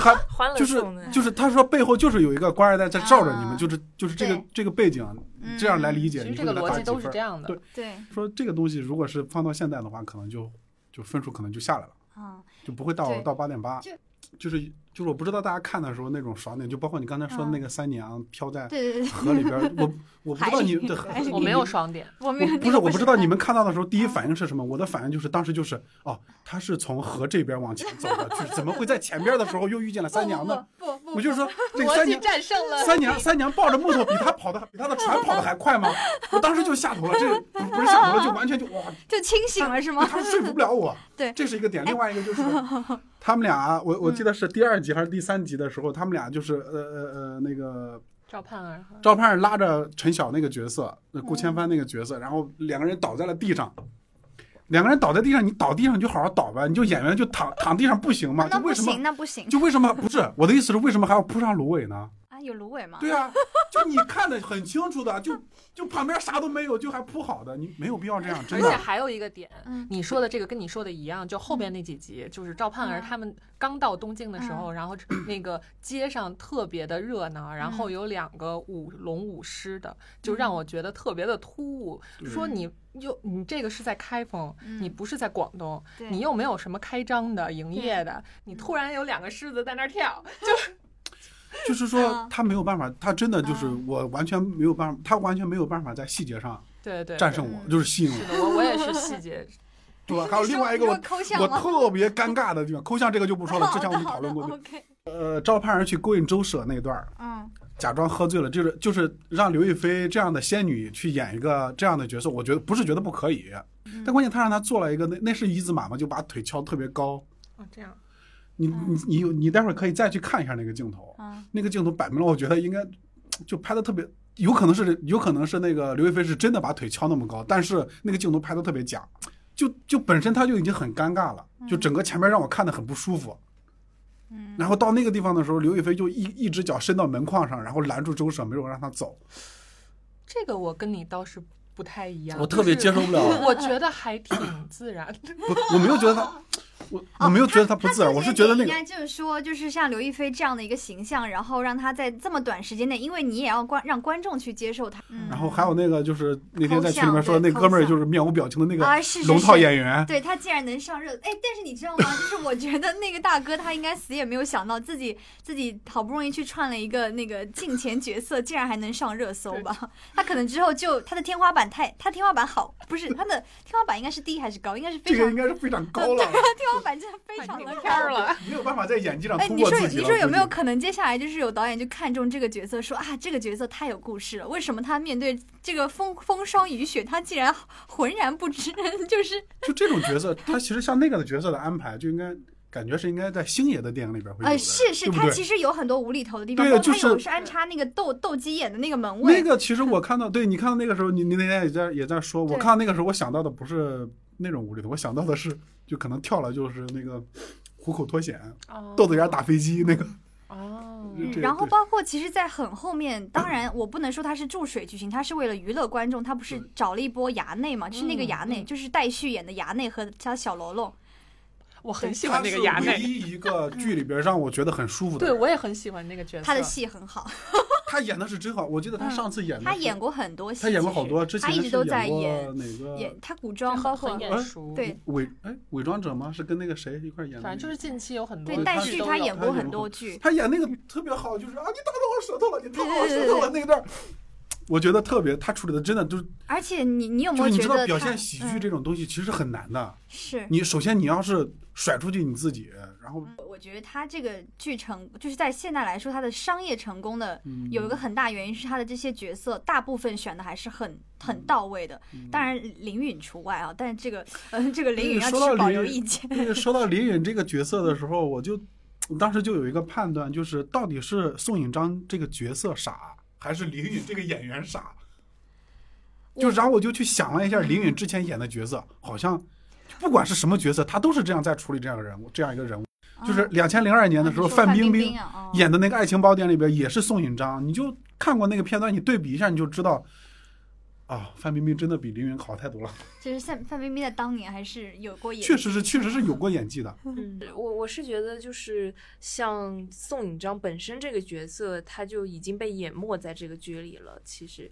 Speaker 1: 他
Speaker 2: 欢乐
Speaker 1: 就是
Speaker 2: 颂的
Speaker 1: 就是他说背后就是有一个官二代在罩着你
Speaker 3: 啊
Speaker 1: 们，就是就是这个
Speaker 3: 对
Speaker 1: 这个背景，
Speaker 3: 嗯
Speaker 1: 这样来理
Speaker 4: 其
Speaker 1: 解，
Speaker 4: 实
Speaker 1: 你
Speaker 4: 这
Speaker 1: 会
Speaker 4: 个
Speaker 1: 给他
Speaker 4: 逻
Speaker 1: 打
Speaker 4: 辑
Speaker 1: 几
Speaker 4: 都是
Speaker 1: 分
Speaker 4: 这
Speaker 1: 儿？
Speaker 4: 样的
Speaker 1: 对。
Speaker 3: 对，
Speaker 1: 说这个东西如果是放到现在的话，可能就就分数可能就下来了，
Speaker 3: 啊，
Speaker 1: 就不会到
Speaker 3: 对
Speaker 1: 到八点八
Speaker 3: 就。
Speaker 1: 就是就是我不知道大家看的时候那种爽点，就包括你刚才说的那个三娘飘在
Speaker 3: 嗯对对对，
Speaker 1: 河里边儿，我我不知道你对
Speaker 3: 海里
Speaker 4: 我没有爽点，
Speaker 3: 我没
Speaker 1: 我
Speaker 3: 有那
Speaker 1: 不是，
Speaker 3: 个
Speaker 1: 我不知道你们看到的时候第一
Speaker 3: 啊
Speaker 1: 反应是什么。我的反应就是当时就是哦，他是从河这边往前走的，就是怎么会在前边的时候又遇见了三娘呢？，
Speaker 3: 不不不不不，
Speaker 1: 我就说这个
Speaker 4: 逻
Speaker 1: 三
Speaker 4: 辑
Speaker 1: 娘。
Speaker 4: 战胜了
Speaker 1: 三娘，三娘抱着木头，比他跑的比他的船跑的还快吗？我当时就下头了，这不不是下头了，就完全就哇，
Speaker 3: 就清
Speaker 1: 啊
Speaker 3: 醒了 是吗？
Speaker 1: 他说服不了我。
Speaker 3: 对嗯
Speaker 1: 这是一个点。另外一个就是， 他们俩，啊我我记得是第二集还是第三集的时候，他们俩就是呃呃呃那个
Speaker 4: 赵盼儿，
Speaker 1: 赵盼儿拉着陈晓那个角色，那顾千帆那个角色，然后两个人倒在了地上。两个人倒在地上，你倒地上你就好好倒呗，你就演员就躺躺地上不行吗？
Speaker 3: 那
Speaker 1: 就
Speaker 3: 不
Speaker 1: 为什么
Speaker 3: 行，那不行
Speaker 1: 就为什么不是我的意思是为什么还要铺上芦苇呢？
Speaker 3: 啊，有芦苇吗？
Speaker 1: 对啊，就你看的很清楚的，就就旁边啥都没有，就还铺好的，你没有必要这样，真
Speaker 4: 而
Speaker 1: 的
Speaker 4: 且。还有一个点
Speaker 3: 嗯，
Speaker 4: 你说的这个跟你说的一样，就后边那几集，就是赵盼儿
Speaker 3: 嗯
Speaker 4: 他们刚到东京的时候，然后那个街上特别的热闹，然后有两个舞龙舞狮的，就让我觉得特别的突兀。
Speaker 1: 对
Speaker 4: 说你又你这个是在开封，
Speaker 3: 嗯
Speaker 4: 你不是在广东，
Speaker 3: 对
Speaker 4: 你又没有什么开张的营业的，你突然有两个狮子在那儿跳，
Speaker 1: 就是说
Speaker 3: 啊
Speaker 1: 他没有办法，他真的就是
Speaker 3: 啊
Speaker 1: 我完全没有办法，他完全没有办法在细节上
Speaker 4: 对对，
Speaker 1: 战胜
Speaker 3: 对
Speaker 1: 我，就是吸引我。
Speaker 4: 对是的，我我也是细节，
Speaker 1: 对吧，还有另外一个
Speaker 3: 你说
Speaker 1: 我
Speaker 3: 你说抠像
Speaker 1: 我
Speaker 3: 吗？
Speaker 1: 特别尴尬的地方，抠像这个就不说了，之前我们讨论过
Speaker 3: 好的
Speaker 1: 的。
Speaker 3: ，OK，
Speaker 1: 呃，赵盼儿去勾引周舍那段儿，
Speaker 3: 嗯，
Speaker 1: 假装喝醉了，就是就是让刘亦菲这样的仙女去演一个这样的角色，我觉得不是觉得不可以，
Speaker 3: 嗯
Speaker 1: 但关键他让她做了一个那那是一字马嘛，就把腿翘特别高。
Speaker 4: 哦，这样
Speaker 1: 你
Speaker 3: 嗯
Speaker 1: 你你你待会儿可以再去看一下那个镜头，
Speaker 3: 嗯
Speaker 1: 那个镜头摆明了，我觉得应该就拍的特别，有可能是有可能是那个刘亦菲是真的把腿翘那么高，但是那个镜头拍的特别假，就就本身他就已经很尴尬了，就整个前面让我看的很不舒服。
Speaker 3: 嗯
Speaker 1: 然后到那个地方的时候，刘亦菲就一一只脚伸到门框上，然后拦住周舍，没有让他走。
Speaker 4: 这个我跟你倒是不太一样，
Speaker 1: 我特别
Speaker 4: 就是
Speaker 1: 接受不了啊
Speaker 4: 我觉得还挺自然 的。
Speaker 1: 不，我没有觉得 他，我我没有觉得他不自然，我是觉得那
Speaker 3: 应
Speaker 1: 个
Speaker 3: 该哦就是说，就是像刘亦菲这样的一个形象，然后让她在这么短时间内，因为你也要观让观众去接受她。嗯
Speaker 1: 然后还有那个就是那天在群里面
Speaker 3: 抠像
Speaker 1: 说的那
Speaker 3: 对
Speaker 1: 哥们儿
Speaker 3: 抠像
Speaker 1: 就是面无表情的那个
Speaker 3: 啊，是是
Speaker 1: 龙套
Speaker 3: 是
Speaker 1: 演员，
Speaker 3: 对他竟然能上热搜，哎，但是你知道吗？就是我觉得那个大哥他应该死也没有想到自己自己好不容易去串了一个那个镜前角色，竟然还能上热搜吧？他可能之后就他的天花板太，他天花板好不是他的天花板应该是低还是高？应该是非
Speaker 1: 这个
Speaker 3: 常呃
Speaker 1: 应该是非常高
Speaker 3: 对
Speaker 1: 了
Speaker 3: 他，天花板真的非常的高。
Speaker 4: 了，
Speaker 1: 没有办法在演技上
Speaker 3: 哎，
Speaker 1: 突
Speaker 3: 你
Speaker 1: 破
Speaker 3: 说
Speaker 1: 自己
Speaker 3: 你
Speaker 1: 了。
Speaker 3: 说有没有
Speaker 1: 估计
Speaker 3: 可能接下来就是有导演就看中这个角色，说啊这个角色太有故事了，为什么他面对这个风风霜雨雪，他竟然浑然不知？ 就是
Speaker 1: 就这种角色，他其实像那个的角色的安排，就应该感觉是应该在星爷的电影里边会有
Speaker 3: 呃，
Speaker 1: 的，
Speaker 3: 是是，
Speaker 1: 对不
Speaker 3: 它
Speaker 1: 对？
Speaker 3: 其实有很多无厘头的地方，
Speaker 1: 对啊
Speaker 3: 包括
Speaker 1: 就
Speaker 3: 它有
Speaker 1: 是
Speaker 3: 是安插那个斗斗鸡眼的那个门卫，
Speaker 1: 那个其实我看到，对你看到那个时候，你你那天也在也在说，我
Speaker 3: 对
Speaker 1: 看到那个时候，我想到的不是那种无厘头，我想到的是就可能跳了就是那个虎口脱险，
Speaker 3: 哦
Speaker 1: 豆豆
Speaker 4: 芽
Speaker 1: 芽打飞机那个，
Speaker 4: 哦，
Speaker 1: 嗯
Speaker 3: 嗯
Speaker 1: 这
Speaker 3: 然后
Speaker 1: 对
Speaker 3: 包括其实，在很后面，当然我不能说它是注水剧情，它是为了娱乐观众，它不是找了一波衙内嘛，就是那个衙内，
Speaker 4: 嗯
Speaker 3: 就是戴旭演的衙内和他小喽啰，
Speaker 4: 我很喜
Speaker 1: 他
Speaker 4: 欢
Speaker 1: 是
Speaker 4: 那个衙
Speaker 1: 唯
Speaker 4: 内，
Speaker 1: 一一个剧里边让我觉得很舒服的
Speaker 4: 对
Speaker 1: 人。
Speaker 4: 我也很喜欢那个角色。
Speaker 3: 他的戏很好，
Speaker 1: 他演的是真好，我记得他
Speaker 3: 嗯
Speaker 1: 上次演的
Speaker 3: 他
Speaker 1: 是
Speaker 3: 演过很多戏，
Speaker 1: 他演过好
Speaker 3: 其实
Speaker 1: 多，嗯之前
Speaker 3: 他一直
Speaker 1: 是
Speaker 3: 都在
Speaker 1: 过
Speaker 3: 演
Speaker 1: 哪个
Speaker 3: 演他古
Speaker 4: 就
Speaker 3: 装，
Speaker 4: 很
Speaker 3: 包
Speaker 4: 很
Speaker 3: 括
Speaker 4: 眼熟，
Speaker 3: 对
Speaker 1: 伪哎伪装者吗？是跟那个谁一块儿演的那个？
Speaker 4: 反正就是近期有很多
Speaker 3: 对
Speaker 1: 对
Speaker 3: 戴
Speaker 1: 他
Speaker 3: 旭
Speaker 4: 都
Speaker 3: 他
Speaker 4: 有
Speaker 3: 演
Speaker 1: 他
Speaker 3: 过
Speaker 1: 演
Speaker 3: 很
Speaker 1: 过
Speaker 3: 多
Speaker 1: 很
Speaker 3: 剧，
Speaker 1: 他演那个特别好，就是啊，你打到我舌头了，你打到我
Speaker 3: 对对
Speaker 1: 舌头了那个段儿，我觉得特别，他处理的真的就是，
Speaker 3: 而且你你有没
Speaker 1: 就
Speaker 3: 有
Speaker 1: 是你
Speaker 3: 觉
Speaker 1: 知道
Speaker 3: 得
Speaker 1: 表
Speaker 3: 他
Speaker 1: 现喜剧
Speaker 3: 嗯
Speaker 1: 这种东西其实很难的。
Speaker 3: 是
Speaker 1: 你首先你要是甩出去你自己，然后
Speaker 3: 我我觉得他这个剧成就是在现在来说，他的商业成功的
Speaker 1: 嗯
Speaker 3: 有一个很大原因是他的这些角色大部分选的还是很很到位的，
Speaker 1: 嗯
Speaker 3: 当然林允除外啊，但这个嗯、这个林允要持
Speaker 1: 说到
Speaker 3: 保
Speaker 1: 林
Speaker 3: 留
Speaker 1: 允
Speaker 3: 意见。
Speaker 1: 那个说到林允这个角色的时候，我就我当时就有一个判断，就是到底是宋引章这个角色傻，还是林允这个演员傻？就然后我就去想了一下林允之前演的角色，好像不管是什么角色，他都是这样在处理这样的人物，这样一个人物。就是
Speaker 3: 啊
Speaker 1: 两千零二年的时候，
Speaker 3: 你说范
Speaker 1: 冰
Speaker 3: 冰啊，哦
Speaker 1: 演的那个《爱情宝典》里边也是宋引章，你就看过那个片段，你对比一下你就知道，啊，范冰冰真的比林允好太多了，
Speaker 3: 就是范范冰冰在当年还是有过演技，
Speaker 1: 确实是确实是有过演技的。
Speaker 4: 嗯
Speaker 2: 我我是觉得，就是像宋引章本身这个角色，他就已经被淹没在这个剧里了。其实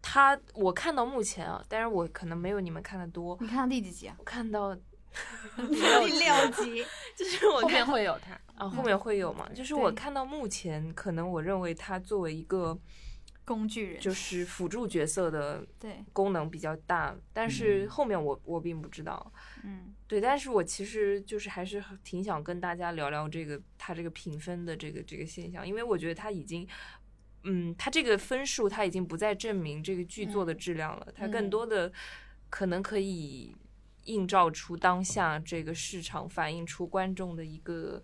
Speaker 2: 他，我看到目前啊，但是我可能没有你们看的多。
Speaker 3: 你看到第几集啊？
Speaker 2: 我看到
Speaker 3: 第六集，
Speaker 2: 就是我
Speaker 4: 后
Speaker 2: 看
Speaker 4: 面会有他。
Speaker 2: 啊，后面会有嘛？就是我
Speaker 3: 嗯对
Speaker 2: 看到目前，可能我认为他作为一个
Speaker 3: 工具人，
Speaker 2: 就是辅助角色的
Speaker 3: 对，
Speaker 2: 功能比较大，但是后面我我并不知道。
Speaker 3: 嗯，
Speaker 2: 对，但是我其实就是还是很挺想跟大家聊聊这个它这个评分的这个这个现象，因为我觉得它已经，嗯，它这个分数它已经不再证明这个剧作的质量了，它更
Speaker 3: 嗯
Speaker 2: 多的可能可以映照出当下这个市场，反映出观众的一个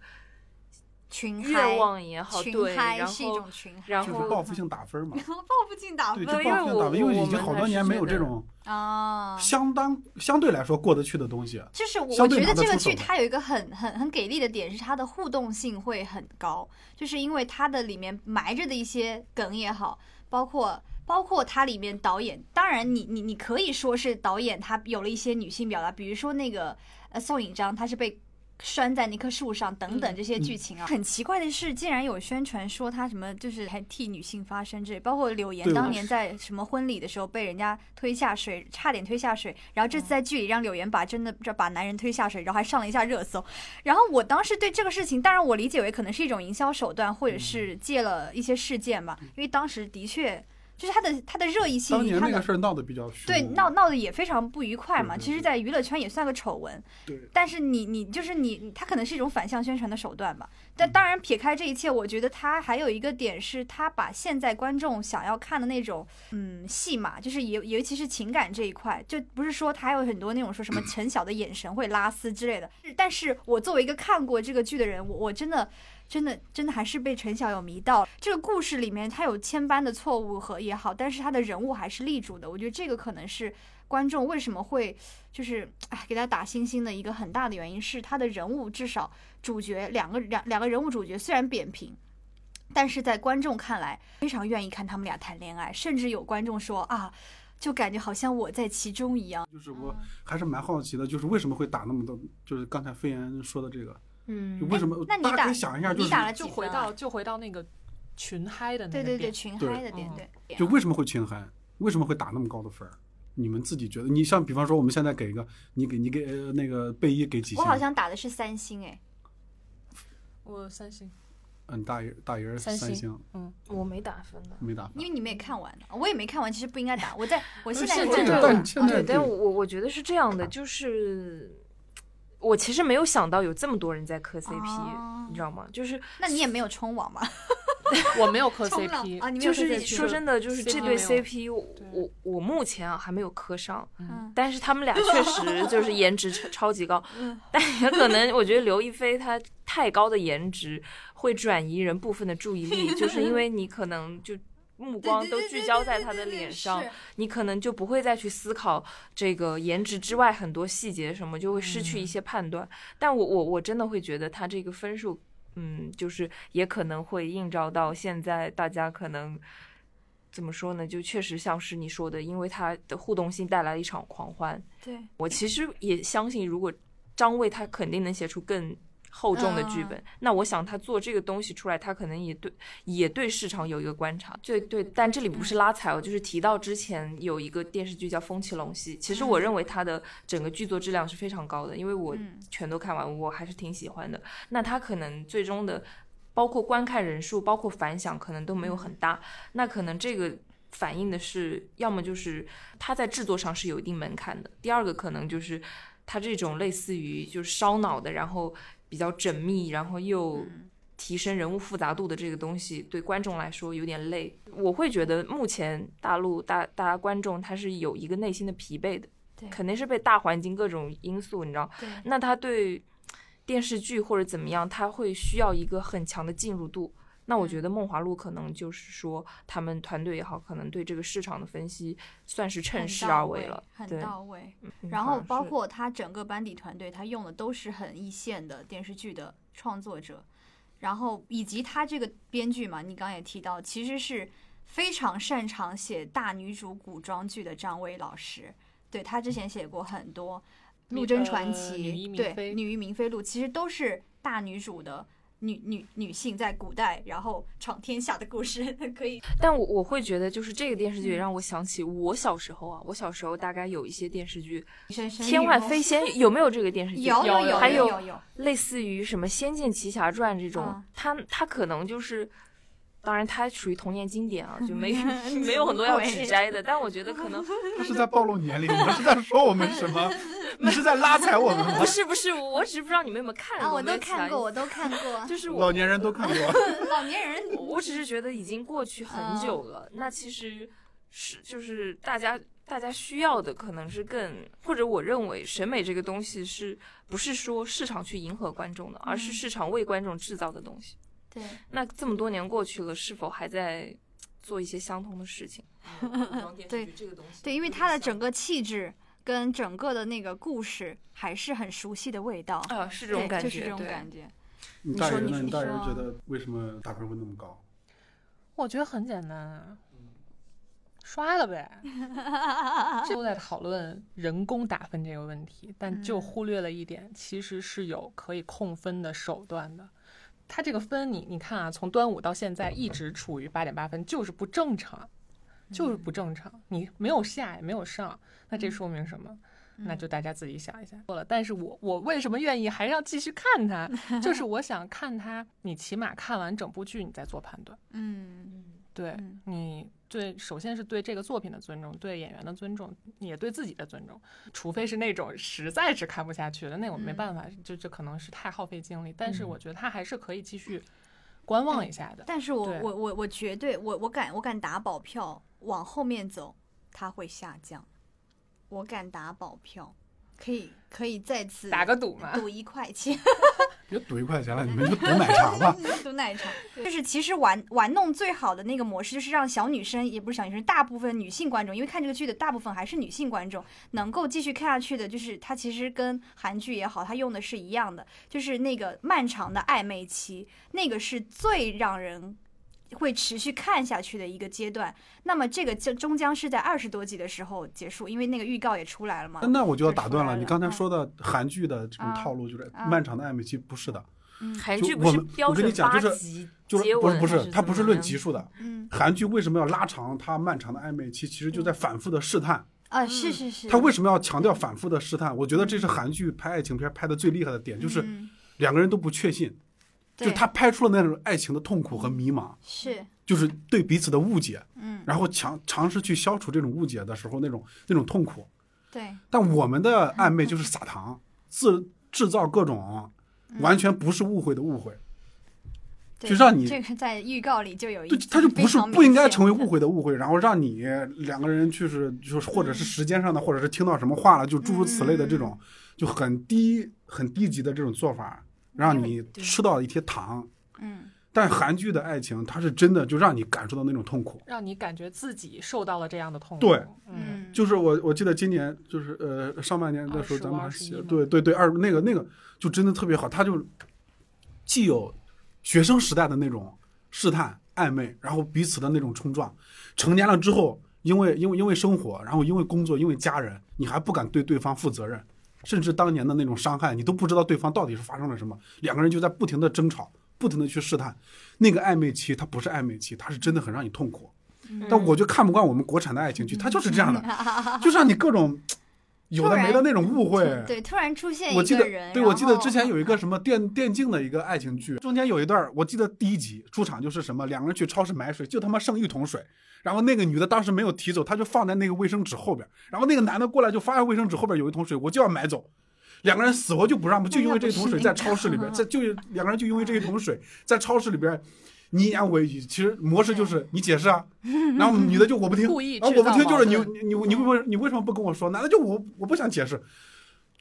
Speaker 3: 群
Speaker 2: 愿
Speaker 3: 嗨，
Speaker 2: 望也好，对，
Speaker 3: 群嗨
Speaker 2: 然
Speaker 3: 是一
Speaker 2: 后
Speaker 3: 种群嗨，
Speaker 2: 然
Speaker 1: 就
Speaker 2: 后
Speaker 1: 是报复性打分嘛，
Speaker 3: 报复性打
Speaker 1: 对，
Speaker 3: 分
Speaker 1: 就
Speaker 2: 因为
Speaker 1: 报复性打
Speaker 2: 我
Speaker 1: 分，因为
Speaker 2: 我
Speaker 1: 已经
Speaker 2: 们
Speaker 1: 好
Speaker 2: 还
Speaker 1: 多
Speaker 2: 是
Speaker 1: 年没有
Speaker 2: 觉
Speaker 1: 这
Speaker 2: 得
Speaker 1: 种
Speaker 3: 啊，
Speaker 1: 相当相对来说过得去的东西。
Speaker 3: 就是我
Speaker 1: 相
Speaker 3: 我
Speaker 1: 对
Speaker 3: 觉得
Speaker 1: 拿得
Speaker 3: 这个
Speaker 1: 出手
Speaker 3: 剧
Speaker 1: 的
Speaker 3: 它有一个很很很给力的点是它的互动性会很高，就是因为它的里面埋着的一些梗也好，包括包括它里面导演，当然你你你可以说是导演他有了一些女性表达，比如说那个呃宋引章他是被。拴在那棵树上，等
Speaker 2: 嗯
Speaker 3: 等这些
Speaker 1: 嗯
Speaker 3: 剧情啊，很奇怪的是，竟然有宣传说他什么就是还替女性发声之类，包括柳岩
Speaker 1: 对
Speaker 3: 当
Speaker 1: 我
Speaker 3: 年在什么婚礼的时候被人家推下水，差点推下水，然后这
Speaker 1: 嗯
Speaker 3: 次在剧里让柳岩把真的这把男人推下水，然后还上了一下热搜。然后我当时对这个事情，当然我
Speaker 1: 嗯
Speaker 3: 理解为可能是一种营销手段，或者是借了一些事件吧，因为当时的确就是它的它的热议性
Speaker 1: 当
Speaker 3: 与
Speaker 1: 年
Speaker 3: 它
Speaker 1: 那个
Speaker 3: 的
Speaker 1: 事儿闹得比较凶，
Speaker 3: 对闹闹得也非常不愉快嘛。
Speaker 1: 对对
Speaker 3: 其实，
Speaker 1: 对
Speaker 3: 在娱乐圈也算个丑闻，
Speaker 1: 对，
Speaker 3: 但是你你就是你，它可能是一种反向宣传的手段吧。
Speaker 1: 嗯
Speaker 3: 但当然撇开这一切，我觉得它还有一个点是，它把现在观众想要看的那种嗯戏码，就是尤尤其是情感这一块，就不是说它还有很多那种 说什么陈晓的眼神会拉丝之类的。但是我作为一个看过这个剧的人，我我真的。真的，真的还是被陈晓有迷到。这个故事里面，他有千般的错误和也好，但是他的人物还是立住的。我觉得这个可能是观众为什么会就是哎，给他打星星的一个很大的原因是他的人物至少主角两个两两个人物主角虽然扁平，但是在观众看来非常愿意看他们俩谈恋爱，甚至有观众说啊，就感觉好像我在其中一样。
Speaker 1: 就是我还是蛮好奇的，就是为什么会打那么多？就是刚才飞言说的这个，就
Speaker 2: 嗯，
Speaker 1: 为什么？
Speaker 3: 那你
Speaker 1: 大家
Speaker 3: 打
Speaker 1: 可以想一下，就
Speaker 3: 你
Speaker 1: 是
Speaker 3: 打了
Speaker 4: 就
Speaker 3: 几
Speaker 4: 回
Speaker 3: 分啊
Speaker 4: 到就回到那个群嗨的那
Speaker 3: 对
Speaker 4: 个
Speaker 3: 对对，
Speaker 4: 点
Speaker 3: 群
Speaker 1: 对
Speaker 3: 嗨的点
Speaker 4: 嗯
Speaker 3: 对。
Speaker 1: 就为什么会群嗨？为什么会打那么高的分儿？你们自己觉得？你像比方说，我们现在给一个，你给你给、呃那个贝一给几星？
Speaker 3: 我好像打的是三星哎，
Speaker 4: 我三星，
Speaker 1: 嗯，大爷大爷
Speaker 4: 三
Speaker 1: 三
Speaker 4: 星
Speaker 1: 星
Speaker 2: 我没打分的。
Speaker 1: 没打分
Speaker 3: 因为你们也看完了，我也没看完，其实不应该打。我在我现在
Speaker 4: 是
Speaker 3: 也
Speaker 4: 这
Speaker 3: 在
Speaker 4: 个
Speaker 3: 看哦
Speaker 1: 但现在
Speaker 2: 对，但
Speaker 1: 对
Speaker 2: 我我觉得是这样的，就是我其实没有想到有这么多人在磕 CP，
Speaker 3: 哦
Speaker 2: 你知道吗？就是
Speaker 3: 那你也没有冲网吧？
Speaker 4: 我没有磕
Speaker 3: 冲浪
Speaker 4: CP，
Speaker 3: 啊，你没有
Speaker 2: 就
Speaker 3: 磕
Speaker 2: 是
Speaker 3: CP
Speaker 2: 说真的，就是
Speaker 4: CP
Speaker 2: 这对
Speaker 4: 没有
Speaker 2: CP，我
Speaker 4: 对
Speaker 2: 我我目前啊还没有磕上，
Speaker 3: 嗯
Speaker 2: 但是他们俩确实 就是颜值超超级高
Speaker 3: 嗯，
Speaker 2: 但也可能我觉得刘亦菲她太高的颜值会转移人部分的注意力，就是因为你可能就目光都聚焦在她的脸上，你可能就不会再去思考这个颜值之外很多细节什么，就会失去一些判断。但我我我真的会觉得他这个分数，嗯，就是也可能会映照到现在大家可能。怎么说呢？就确实像是你说的，因为他的互动性带来了一场狂欢。
Speaker 3: 对，
Speaker 2: 我其实也相信，如果张卫他肯定能写出更厚重的剧本，那我想他做这个东西出来，他可能也对也对市场有一个观察。对对，但这里不是拉踩哦，就是提到之前有一个电视剧叫《风起陇西》，其实我认为它的整个剧作质量是非常高的，因为我
Speaker 3: 嗯
Speaker 2: 全都看完，我还是挺喜欢的。那它可能最终的。包括观看人数，包括反响，可能都没有很大。那可能这个反映的是，要么就是它在制作上是有一定门槛的，第二个可能就是它这种类似于就是烧脑的，然后比较缜密，然后又
Speaker 3: 嗯
Speaker 2: 提升人物复杂度的这个东西，对观众来说有点累。我会觉得目前大陆大大家观众他是有一个内心的疲惫的
Speaker 3: 对，
Speaker 2: 肯定是被大环境各种因素，你知道，
Speaker 3: 对，
Speaker 2: 那他对电视剧或者怎么样，他会需要一个很强的进入度。那我
Speaker 3: 嗯
Speaker 2: 觉得《梦华录》可能就是说，他们团队也好，可能对这个市场的分析算是
Speaker 3: 很
Speaker 2: 趁势
Speaker 3: 到
Speaker 2: 而为
Speaker 3: 位
Speaker 2: 了。
Speaker 3: 很
Speaker 2: 对
Speaker 3: 到位。
Speaker 2: 嗯
Speaker 3: 然后
Speaker 2: 反而
Speaker 3: 包
Speaker 2: 是
Speaker 3: 括他整个班底团队，他用的都是很一线的电视剧的创作者，然后以及他这个编剧嘛，你刚刚也提到，其实是非常擅长写大女主古装剧的张薇老师。对他之前写过很多《
Speaker 4: 女
Speaker 3: 陆贞传
Speaker 4: 呃
Speaker 3: 奇》
Speaker 4: 女医明
Speaker 3: 对
Speaker 4: 妃
Speaker 3: 《女医明妃录》，其实都是大女主的女女女性在古代然后闯天下的故事， 可以
Speaker 2: 但我我会觉得，就是这个电视剧
Speaker 3: 嗯
Speaker 2: 让我想起我小时候啊，我小时候大概有一些电视剧，
Speaker 3: 深深
Speaker 2: 《天外飞仙》有没有这个电视剧？
Speaker 3: 有
Speaker 4: 有
Speaker 3: 有
Speaker 2: 还
Speaker 3: 有
Speaker 2: 有
Speaker 3: 有有
Speaker 2: 类似于什么《仙剑奇侠传》这种
Speaker 3: 啊，
Speaker 2: 它它可能就是，当然它属于童年经典啊，就没
Speaker 3: 嗯
Speaker 2: 没有很多要指
Speaker 3: 对
Speaker 2: 摘的。但我觉得可 能
Speaker 1: 他是在暴露年龄，我是在说我们什么？你是在拉踩我们吗
Speaker 2: 不？是不是，我只是不知道你们有没有看过。
Speaker 3: 啊，我
Speaker 2: 没
Speaker 3: 都
Speaker 2: 有起来
Speaker 3: 看过，我都看 过。
Speaker 2: 就是
Speaker 1: 老
Speaker 2: 我
Speaker 1: 年人都看过。
Speaker 3: 老年人
Speaker 2: 我只是觉得已经过去
Speaker 3: 嗯
Speaker 2: 很久了。那其实是就是大家大家需要的可能是更，或者我认为审美这个东西是不是说市场去迎合观众的，而是
Speaker 3: 嗯
Speaker 2: 市场为观众制造的东西。
Speaker 3: 对，
Speaker 2: 那这么多年过去了，是否还在做一些相同的事 情？
Speaker 3: 嗯对
Speaker 2: 这个东西
Speaker 3: 对，因为它的整个气质跟整个的那个故事还是很熟悉的味道，
Speaker 2: 啊是这
Speaker 3: 对，
Speaker 2: 种感觉，
Speaker 3: 就是这种
Speaker 2: 对
Speaker 3: 感觉。
Speaker 1: 你大爷呢？
Speaker 2: 你说
Speaker 1: 你大爷
Speaker 3: 你说
Speaker 1: 觉得为什么打分会那么高？
Speaker 4: 我觉得很简单啊，刷了呗。这都在讨论人工打分这个问题，但就
Speaker 3: 嗯
Speaker 4: 忽略了一点，其实是有可以控分的手段的。它这个分你，你看啊，从端午到现在一直处于八点八分，就是不正常，就是不正常。你没有下也没有上，那这说明什么？那就大家自己想一下。过了，但是我我为什么愿意还要继续看它？就是我想看它，你起码看完整部剧，你再做判断。
Speaker 3: 嗯，
Speaker 4: 对、
Speaker 3: 嗯
Speaker 4: 你对，首先是对这个作品的尊重，对演员的尊重，也对自己的尊重。除非是那种实在是看不下去的那种，没
Speaker 3: 嗯
Speaker 4: 办法，这这可能是太耗费精力。但是
Speaker 5: 嗯
Speaker 4: 我觉得他还是可以继续观望一下的。
Speaker 3: 但是我
Speaker 4: 对
Speaker 3: 我我我绝对我我敢我敢打保票，往后面走它会下降，我敢打保票，可以可以再次
Speaker 4: 打个赌嘛，
Speaker 3: 赌一块钱
Speaker 1: 别赌一块钱了，你们就赌奶 茶吧。
Speaker 3: 赌奶茶，就是其实玩玩弄最好的那个模式，就是让小女生也不是小女生，大部分女性观众，因为看这个剧的大部分还是女性观众，能够继续看下去的，就是它其实跟韩剧也好，它用的是一样的，就是那个漫长的暧昧期，那个是最让人会持续看下去的一个阶段。那么这个就终将是在二十多集的时候结束，因为那个预告也出来了嘛
Speaker 1: 那。那我就要打断了，
Speaker 3: 就
Speaker 1: 你
Speaker 3: 是
Speaker 1: 刚才
Speaker 3: 嗯
Speaker 1: 说的韩剧的这种
Speaker 3: 啊
Speaker 1: 套路就是
Speaker 3: 啊
Speaker 1: 漫长的暧昧期，不是的，
Speaker 2: 韩
Speaker 1: 就
Speaker 2: 剧不
Speaker 1: 我
Speaker 2: 是
Speaker 1: 们
Speaker 2: 标
Speaker 1: 我跟
Speaker 2: 准
Speaker 1: 你讲
Speaker 2: 八
Speaker 1: 就是
Speaker 2: 集
Speaker 1: 就是
Speaker 2: 接
Speaker 1: 不是
Speaker 2: 吻
Speaker 1: 不
Speaker 2: 还
Speaker 1: 是，
Speaker 2: 是
Speaker 1: 它
Speaker 2: 怎
Speaker 1: 不
Speaker 2: 么
Speaker 1: 是论
Speaker 2: 样
Speaker 1: 集数的。
Speaker 3: 嗯
Speaker 1: 韩剧为什么要拉长它漫长的暧昧期？其实就在反复的试探。
Speaker 3: 啊，是是是。
Speaker 1: 它为什么要强调反复的试探？我觉得这是韩剧拍爱情片拍的最厉害的点，就是
Speaker 3: 嗯
Speaker 1: 两个人都不确信，就
Speaker 3: 对
Speaker 1: 他拍出了那种爱情的痛苦和迷茫，
Speaker 3: 是
Speaker 1: 就是对彼此的误解，
Speaker 3: 嗯
Speaker 1: 然后强尝试去消除这种误解的时候那种那种痛苦。
Speaker 3: 对
Speaker 1: 但我们的暧昧就是撒糖，制制造各种
Speaker 3: 嗯
Speaker 1: 完全不是误会的误会，
Speaker 3: 对
Speaker 1: 就让你
Speaker 3: 这个在预告里就有一
Speaker 1: 对
Speaker 3: 集，
Speaker 1: 它就不
Speaker 3: 非
Speaker 1: 是
Speaker 3: 常
Speaker 1: 不应该
Speaker 3: 明显
Speaker 1: 成为误会的误会，然后让你两个人就是就是或者
Speaker 3: 嗯
Speaker 1: 是时间上的，或者是听到什么话了，就诸如此类的这种就很低很低级的这种做法，让你
Speaker 2: 对
Speaker 1: 吃到一些糖。
Speaker 3: 嗯，
Speaker 1: 但韩剧的爱情，它是真的就让你感受到那种痛苦。
Speaker 4: 让你感觉自己受到了这样的痛苦。
Speaker 1: 对
Speaker 4: 嗯，
Speaker 3: 嗯，
Speaker 1: 就是我我记得今年就是呃上半年的时候，
Speaker 4: 25
Speaker 1: 咱们还
Speaker 4: 21
Speaker 1: 写
Speaker 4: 吗
Speaker 1: 对对对二那个那个就真的特别好，他就既有学生时代的那种试探暧昧，然后彼此的那种冲撞，成年了之后，因为因为因为生活，然后因为工作，因为家人，你还不敢对对方负责任，甚至当年的那种伤害，你都不知道对方到底是发生了什么，两个人就在不停的争吵，不停的去试探，那个暧昧期它不是暧昧期，它是真的很让你痛苦。但我就看不惯我们国产的爱情剧，它就是这样的，就让你各种有的没的那种误 会。
Speaker 3: 对，突然出现
Speaker 1: 我
Speaker 3: 一
Speaker 1: 记
Speaker 3: 个
Speaker 1: 得
Speaker 3: 人，，
Speaker 1: 对
Speaker 3: 然
Speaker 1: 我记得
Speaker 3: 后
Speaker 1: 之前有一个什么电电竞的一个爱情剧，中间有一段儿，我记得第一集出场就是什么，两个人去超市买水，就他妈剩一桶水，然后那个女的当时没有提走，她就放在那个卫生纸后边儿，然后那个男的过来就发现卫生纸后边有一桶水，我就要买走。两个人死活就不让步，就因为这一桶水在超市里边儿，在就两个人就因为这一桶水在超市里边儿你一言我一语，其实模式就是你解释啊，然后女的就我不听，
Speaker 4: 故意
Speaker 1: 啊
Speaker 4: 制
Speaker 1: 我不
Speaker 4: 造
Speaker 1: 听就
Speaker 4: 矛
Speaker 1: 是你
Speaker 4: 盾
Speaker 1: 你你你为你为什么不跟我说？男的就我我不想解释，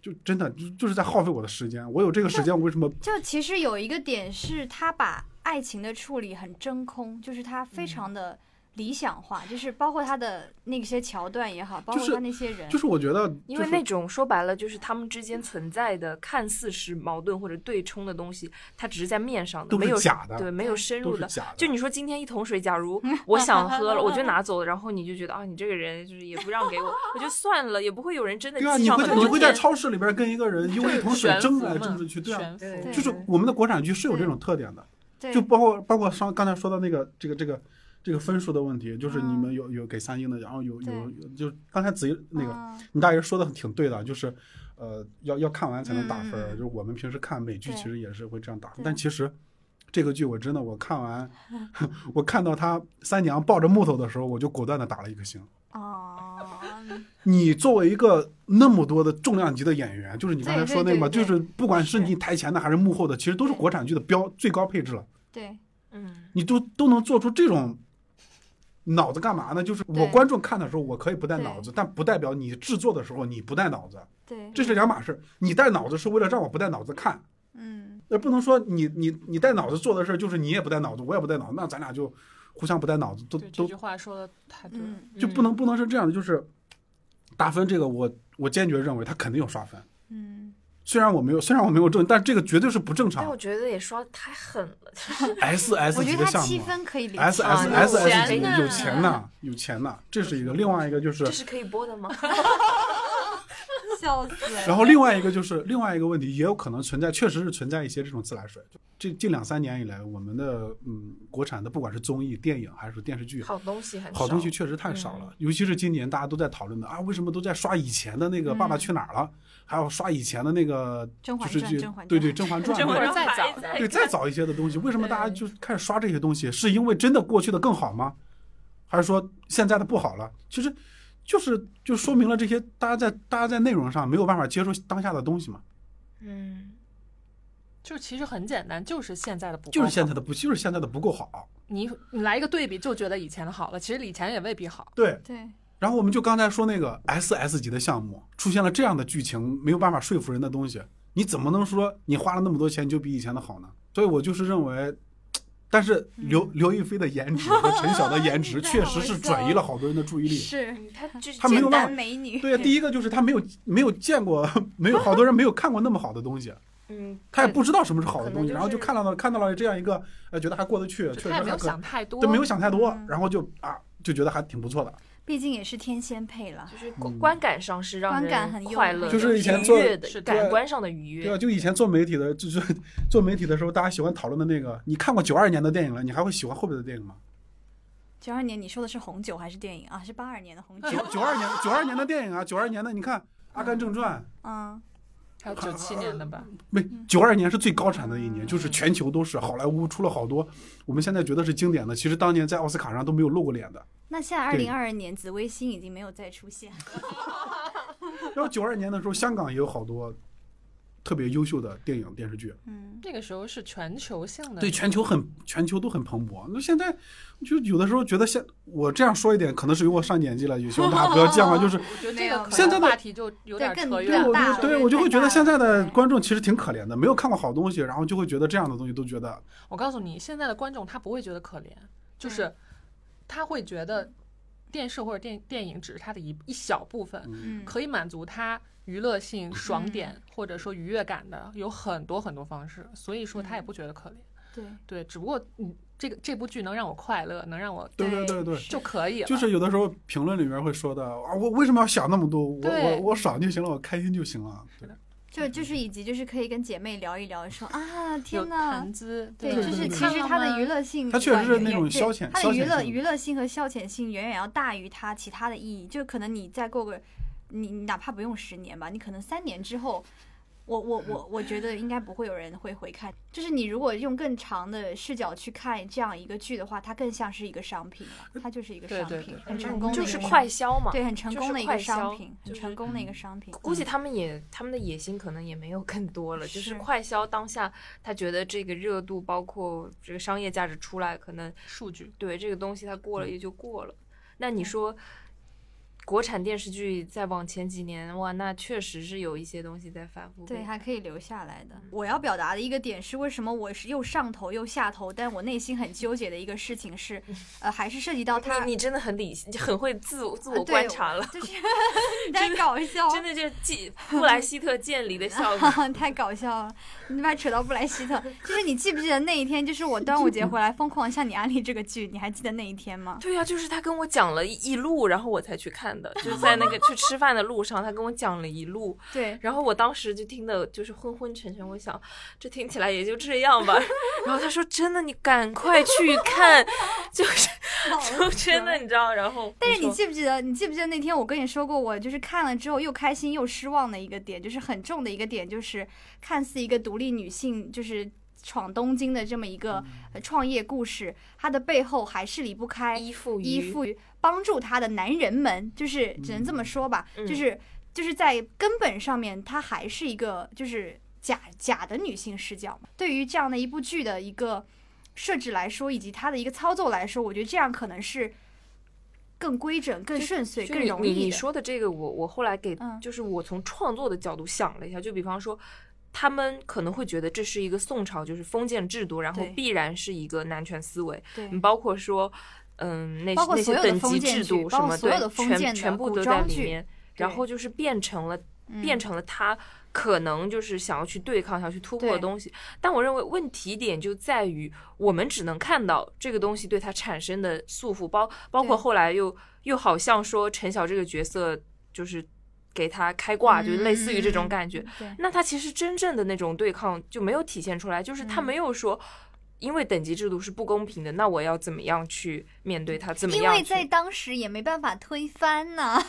Speaker 1: 就真的就就是在耗费我的时间。我有这个时间，我为什么
Speaker 3: 就其实有一个点是，他把爱情的处理很真空，就是他非
Speaker 1: 嗯
Speaker 3: 常的理想化，就是包括他的那些桥段也好，包
Speaker 1: 就
Speaker 3: 括
Speaker 1: 是
Speaker 3: 他那些人，
Speaker 1: 就是我觉得
Speaker 2: 因
Speaker 1: 就
Speaker 2: 为
Speaker 1: 是
Speaker 2: 那种说白了就是他们之间存在的看似是矛盾或者对冲的东西，它只是在面上的，
Speaker 1: 都
Speaker 2: 没
Speaker 1: 是
Speaker 2: 有
Speaker 1: 假的，
Speaker 2: 对没有深
Speaker 1: 都
Speaker 2: 入
Speaker 1: 是
Speaker 2: 的。
Speaker 1: 假的，
Speaker 2: 就你说今天一桶水，假如我想喝了，我就拿走了，然后你就觉得啊，你这个人就是也不让给我，我就算了，也不会有人真的
Speaker 1: 对啊，
Speaker 2: 记
Speaker 1: 你
Speaker 2: 上
Speaker 1: 会
Speaker 2: 很
Speaker 1: 在你
Speaker 2: 多
Speaker 1: 会在
Speaker 2: 天。
Speaker 1: 超市里边跟一个人因为一桶水
Speaker 4: 悬
Speaker 1: 争
Speaker 4: 浮
Speaker 1: 来
Speaker 4: 嘛
Speaker 1: 争去去，对啊，
Speaker 4: 悬浮
Speaker 2: 对
Speaker 1: 就是我们的国产剧是有这种特点的。
Speaker 3: 对
Speaker 1: 就包括包括上刚才说的那个这个这个这个分数的问题，就是你
Speaker 3: 嗯
Speaker 1: 们有有给三星的，然后有有
Speaker 3: 对
Speaker 1: 有就刚才子怡那个
Speaker 3: 嗯
Speaker 1: 你大爷说的挺对的，啊就是呃要要看完才能打分
Speaker 3: 嗯嗯
Speaker 1: 儿，
Speaker 3: 嗯
Speaker 1: 就是我们平时看美剧
Speaker 3: 对
Speaker 1: 其实也是会这样打分
Speaker 3: 对，
Speaker 1: 但其实。这个剧我真的我看完， 我看到他三娘抱着木头的时候，我就果断的打了一个星。
Speaker 3: 哦，
Speaker 1: 你作为一个那么多的重量级的演员，就是你刚才
Speaker 3: 对对
Speaker 1: 说那个嘛，
Speaker 3: 对
Speaker 1: 就
Speaker 3: 对
Speaker 1: 是不管是
Speaker 3: 是
Speaker 1: 你台前的还是幕后的，其实都是
Speaker 3: 对
Speaker 1: 国产剧的标最高配置了。
Speaker 3: 对
Speaker 2: 嗯，
Speaker 1: 你都都能做出这种脑子干嘛呢？就是我
Speaker 3: 对
Speaker 1: 观众看的时候，我可以不带
Speaker 3: 对
Speaker 1: 脑子，但不代表你制作的时候你不带脑子，
Speaker 3: 对，
Speaker 1: 这是两码事儿。你带脑子是为了让我不带脑子看，
Speaker 3: 嗯，
Speaker 1: 那不能说你你你带脑子做的事儿就是你也不带脑子，我也不带脑子，那咱俩就互相不带脑子，都
Speaker 4: 对，这
Speaker 1: 都
Speaker 4: 句话说的太对了。
Speaker 3: 嗯
Speaker 1: 就不能不能是这样的。就是打分这个我，我坚决认为他肯定有刷分。
Speaker 3: 嗯，
Speaker 1: 虽然我没有，虽然我没有正，但这个绝对是不正
Speaker 2: 但
Speaker 1: 常
Speaker 2: 哎我。觉得也刷得太狠了，
Speaker 1: S
Speaker 3: 我
Speaker 1: S 级
Speaker 3: 哎
Speaker 1: 的
Speaker 3: 觉得他
Speaker 1: 项
Speaker 3: 七
Speaker 1: 目
Speaker 3: 分可以理解
Speaker 1: ，S S
Speaker 2: 啊
Speaker 1: S
Speaker 2: 有
Speaker 1: S 级的
Speaker 2: 钱呐
Speaker 1: 有钱呐，有钱呐，这是一个。另外一个就是
Speaker 2: 这是可以播的吗？
Speaker 3: 笑死了，
Speaker 1: 然后另外一个就是另外一个问题，也有可能存在，确实是存在一些这种自来水。这近两三年以来，我们的嗯国产的不管是综艺、电影还是电视剧，
Speaker 2: 好东西很少
Speaker 1: 好东西确实太少
Speaker 3: 嗯
Speaker 1: 了。尤其是今年大家都在讨论的啊，为什么都在刷以前的那个《爸爸去哪儿了》，还有刷以前的那个
Speaker 3: 嗯甄
Speaker 1: 就
Speaker 3: 嬛
Speaker 1: 是
Speaker 3: 传
Speaker 1: 剧
Speaker 3: 甄嬛
Speaker 1: 对
Speaker 3: 传
Speaker 1: 对《甄嬛 传》
Speaker 4: 甄嬛
Speaker 1: 对
Speaker 4: 传
Speaker 2: 再
Speaker 4: 再
Speaker 2: 早
Speaker 4: 早
Speaker 1: 对再早一些的东西，为什么大家就开始刷这些东西？是因为真的过去的更好吗？还是说现在的不好了？其实就是就说明了这些大家在大家在内容上没有办法接受当下的东西嘛，
Speaker 2: 嗯，
Speaker 4: 就其实很简单，就是现在的不够
Speaker 1: 就是
Speaker 4: 好
Speaker 1: 现在的不就是现在的不够好。
Speaker 4: 你你来一个对比，就觉得以前的好了，其实以前也未必好。
Speaker 1: 对，
Speaker 3: 对，
Speaker 1: 然后我们就刚才说那个 S S 级的项目出现了这样的剧情，没有办法说服人的东西，你怎么能说你花了那么多钱就比以前的好呢？所以我就是认为，但是刘、刘亦菲的颜值和陈晓的颜值
Speaker 3: 太
Speaker 1: 确实是
Speaker 3: 好笑
Speaker 1: 转移了好多人的注意力。
Speaker 3: 是
Speaker 2: 他就是
Speaker 1: 他没有
Speaker 2: 简
Speaker 1: 办
Speaker 2: 单
Speaker 1: 法
Speaker 3: 单美女，
Speaker 1: 对啊，第一个就是他没有没有见过， 没有好多人没有看过那么好的东西，
Speaker 2: 嗯，
Speaker 1: 他也不知道什么是好的东西，
Speaker 2: 可能就是
Speaker 1: 然后就看到了看到了这样一个，呃，觉得还过得去，确实
Speaker 4: 他也
Speaker 1: 还
Speaker 4: 没有
Speaker 1: 可
Speaker 4: 想太多，
Speaker 1: 对没有想太多
Speaker 3: 嗯，
Speaker 1: 然后就啊就觉得还挺不错的。
Speaker 3: 毕竟也是天仙配了。
Speaker 2: 就是观
Speaker 1: 嗯
Speaker 2: 观感上是让
Speaker 3: 观
Speaker 2: 人
Speaker 3: 感很优
Speaker 2: 快乐的，
Speaker 3: 美就是
Speaker 1: 以前
Speaker 2: 愉
Speaker 1: 做
Speaker 2: 悦的
Speaker 4: 是的
Speaker 2: 感官上的愉
Speaker 1: 对啊，
Speaker 2: 悦，
Speaker 1: 就以前做媒体的，就是做媒体的时候，大家喜欢讨论的那个，你看过九二年的电影了，你还会喜欢后边的电影吗？
Speaker 3: 九二年你说的是红酒还是电影啊？是八二年的红酒。
Speaker 1: 九九二年九二年的电影啊，九二年的，你看《阿甘正传
Speaker 3: 嗯，
Speaker 4: 还有 九七年的吧，》
Speaker 1: 没？九二年是最高产的一年，就是全球都是，好莱坞出了好多我们现在觉得是经典的，其实当年在奥斯卡上都没有露过脸的。
Speaker 3: 那现在二
Speaker 1: 对
Speaker 3: 零二二年紫微星已经没有再出现了。
Speaker 1: 然后九二年的时候，香港也有好多特别优秀的电影电视剧，
Speaker 3: 嗯，
Speaker 4: 那个时候是全球性的，
Speaker 1: 对全球很全球都很蓬勃。那现在就有的时候觉得现我这样说一点，可能是因为我上年纪了，也希望大家不要这样啊，就是
Speaker 4: 我觉得这个可能
Speaker 1: 现在的
Speaker 4: 话题就有 点
Speaker 3: 对更
Speaker 4: 扯
Speaker 1: 对，
Speaker 4: 远
Speaker 1: 我
Speaker 3: 更
Speaker 4: 了。
Speaker 3: 大
Speaker 1: 就
Speaker 3: 了
Speaker 1: 对
Speaker 3: 对
Speaker 1: 我就
Speaker 3: 太
Speaker 1: 会觉
Speaker 3: 大
Speaker 1: 得现在的
Speaker 3: 了
Speaker 1: 观众其实挺可怜的，没有看过好东西，然后就会觉得这样的东西都觉得
Speaker 4: 我告诉你，现在的观众他不会觉得可怜，
Speaker 3: 嗯
Speaker 4: 就是他会觉得电视或者电电影只是他的一一小部分，
Speaker 1: 嗯
Speaker 4: 可以满足他娱乐性、爽
Speaker 3: 嗯
Speaker 4: 点或者说愉悦感的有很多很多方式，所以说他也不觉得可怜。
Speaker 3: 对，
Speaker 4: 对，只不过嗯，这个这部剧能让我快乐，能让我
Speaker 1: 对
Speaker 3: 对
Speaker 1: 对对。
Speaker 4: 就可以了。
Speaker 1: 就是有的时候评论里面会说的啊，我为什么要想那么多？我我
Speaker 4: 对
Speaker 1: 我爽就行了，我开心就行了。对
Speaker 3: 就就是以及就是可以跟姐妹聊一聊，说啊，
Speaker 4: 有
Speaker 3: 天呐，
Speaker 4: 谈资，
Speaker 3: 对，
Speaker 1: 对
Speaker 3: 就
Speaker 1: 对
Speaker 3: 是
Speaker 1: 对
Speaker 3: 其实它的娱乐性
Speaker 1: 它
Speaker 3: 远远，
Speaker 1: 确实是那种消遣
Speaker 3: 对它
Speaker 1: 消遣
Speaker 3: 的娱乐
Speaker 1: 性
Speaker 3: 娱乐性和消遣性远远要大于它其他的意义。就可能你再过个，你你哪怕不用十年吧，你可能三年之后，我我我我觉得应该不会有人会回看。就是你如果用更长的视角去看这样一个剧的话，它更像是一个商品了，它就是一个
Speaker 4: 对
Speaker 3: 商
Speaker 4: 对
Speaker 3: 品
Speaker 4: 对，
Speaker 3: 很
Speaker 2: 嗯
Speaker 3: 成功的
Speaker 2: 就
Speaker 3: 一个
Speaker 2: 是
Speaker 3: 商品，
Speaker 2: 快消嘛。
Speaker 3: 对，很成
Speaker 2: 就
Speaker 3: 功
Speaker 2: 是
Speaker 3: 的一
Speaker 2: 快
Speaker 3: 个商
Speaker 2: 销
Speaker 3: 品，
Speaker 2: 就
Speaker 3: 很
Speaker 2: 是
Speaker 3: 成功的一个商品。
Speaker 2: 估计
Speaker 3: 嗯
Speaker 2: 他们也他们的野心可能也没有更多了，就是
Speaker 3: 是
Speaker 2: 快消当下，他觉得这个热度包括这个商业价值出来，可能
Speaker 4: 数据。
Speaker 2: 对这个东西它过
Speaker 3: 嗯
Speaker 2: 了也就过了。那你说，国产电视剧再往前几年哇，那确实是有一些东西在反复被
Speaker 3: 对，还可以留下来的。我要表达的一个点是，为什么我是又上头又下头，但我内心很纠结的一个事情 是，呃，还是涉及到他
Speaker 2: 你你真的很理性，就很会自我自
Speaker 3: 呃
Speaker 2: 我
Speaker 3: 对
Speaker 2: 观察了，
Speaker 3: 就是 太搞笑，
Speaker 2: 真的就是既布莱希特渐离的效果。
Speaker 3: 太搞笑了！你把它扯到布莱 希特，就是你记不记得那一天，就是我端午节回来疯狂向你安利这个剧，你还记得那一天吗？
Speaker 2: 对呀、啊就是他跟我讲了一一路，然后我才去看的，就是在那个去吃饭的路上，他跟我讲了一路，
Speaker 3: 对，
Speaker 2: 然后我当时就听的就是昏昏沉沉，我想这听起来也就这样吧。 然后他说：“真的，你赶快去看， 就是就真的，你知道。”然后
Speaker 3: 但是你
Speaker 2: 说
Speaker 3: 记不记得？你记不记得那天我跟你说过，我就是看了之后又开心又失望的一个点，就是很重的一个点，就是看似一个独立女性，就是闯东京的这么一个
Speaker 1: 嗯
Speaker 3: 呃创业故事，它的背后还是离不开
Speaker 2: 依附于
Speaker 3: 依附于帮助她的男人们，就是只能这么说吧，
Speaker 2: 嗯
Speaker 3: 就是就是在根本上面，她还是一个就是假假的女性视角嘛。对于这样的一部剧的一个设置来说，以及它的一个操作来说，我觉得这样可能是更规整、更顺遂、
Speaker 2: 就
Speaker 3: 更
Speaker 2: 你
Speaker 3: 容
Speaker 2: 你
Speaker 3: 易的。
Speaker 2: 你说的这个，我我后来给，
Speaker 3: 嗯
Speaker 2: 就是我从创作的角度想了一下，就比方说。他们可能会觉得这是一个宋朝，就是封建制度，然后
Speaker 3: 对
Speaker 2: 必然是一个男权思维。
Speaker 3: 对
Speaker 2: 你包括说，嗯，那
Speaker 3: 包括
Speaker 2: 那些
Speaker 3: 所有的
Speaker 2: 等级
Speaker 3: 封建
Speaker 2: 制
Speaker 3: 剧
Speaker 2: 度
Speaker 3: 包
Speaker 2: 什
Speaker 3: 括
Speaker 2: 么，
Speaker 3: 所有的
Speaker 2: 对，
Speaker 3: 封
Speaker 2: 全
Speaker 3: 建的
Speaker 2: 全部
Speaker 3: 古
Speaker 2: 都在
Speaker 3: 装
Speaker 2: 里
Speaker 3: 剧
Speaker 2: 面。然
Speaker 3: 对
Speaker 2: 后就是变成了，变
Speaker 3: 嗯
Speaker 2: 成了他可能就是想要去对抗、想要去突破的
Speaker 3: 对
Speaker 2: 东西。但我认为问题点就在于，我们只能看到这个东西对他产生的束缚，包包括
Speaker 3: 对
Speaker 2: 后来又又好像说陈晓这个角色就是给他开挂，啊就类似于
Speaker 3: 嗯
Speaker 2: 这种感觉。
Speaker 3: 对
Speaker 2: 那他其实真正的那种对抗就没有体现出来，就是他
Speaker 3: 嗯
Speaker 2: 没有说因为等级制度是不公平的，那我要怎么样去面对它？怎么
Speaker 3: 因
Speaker 2: 样
Speaker 3: 为
Speaker 2: 去？
Speaker 3: 在当时也没办法推翻呢。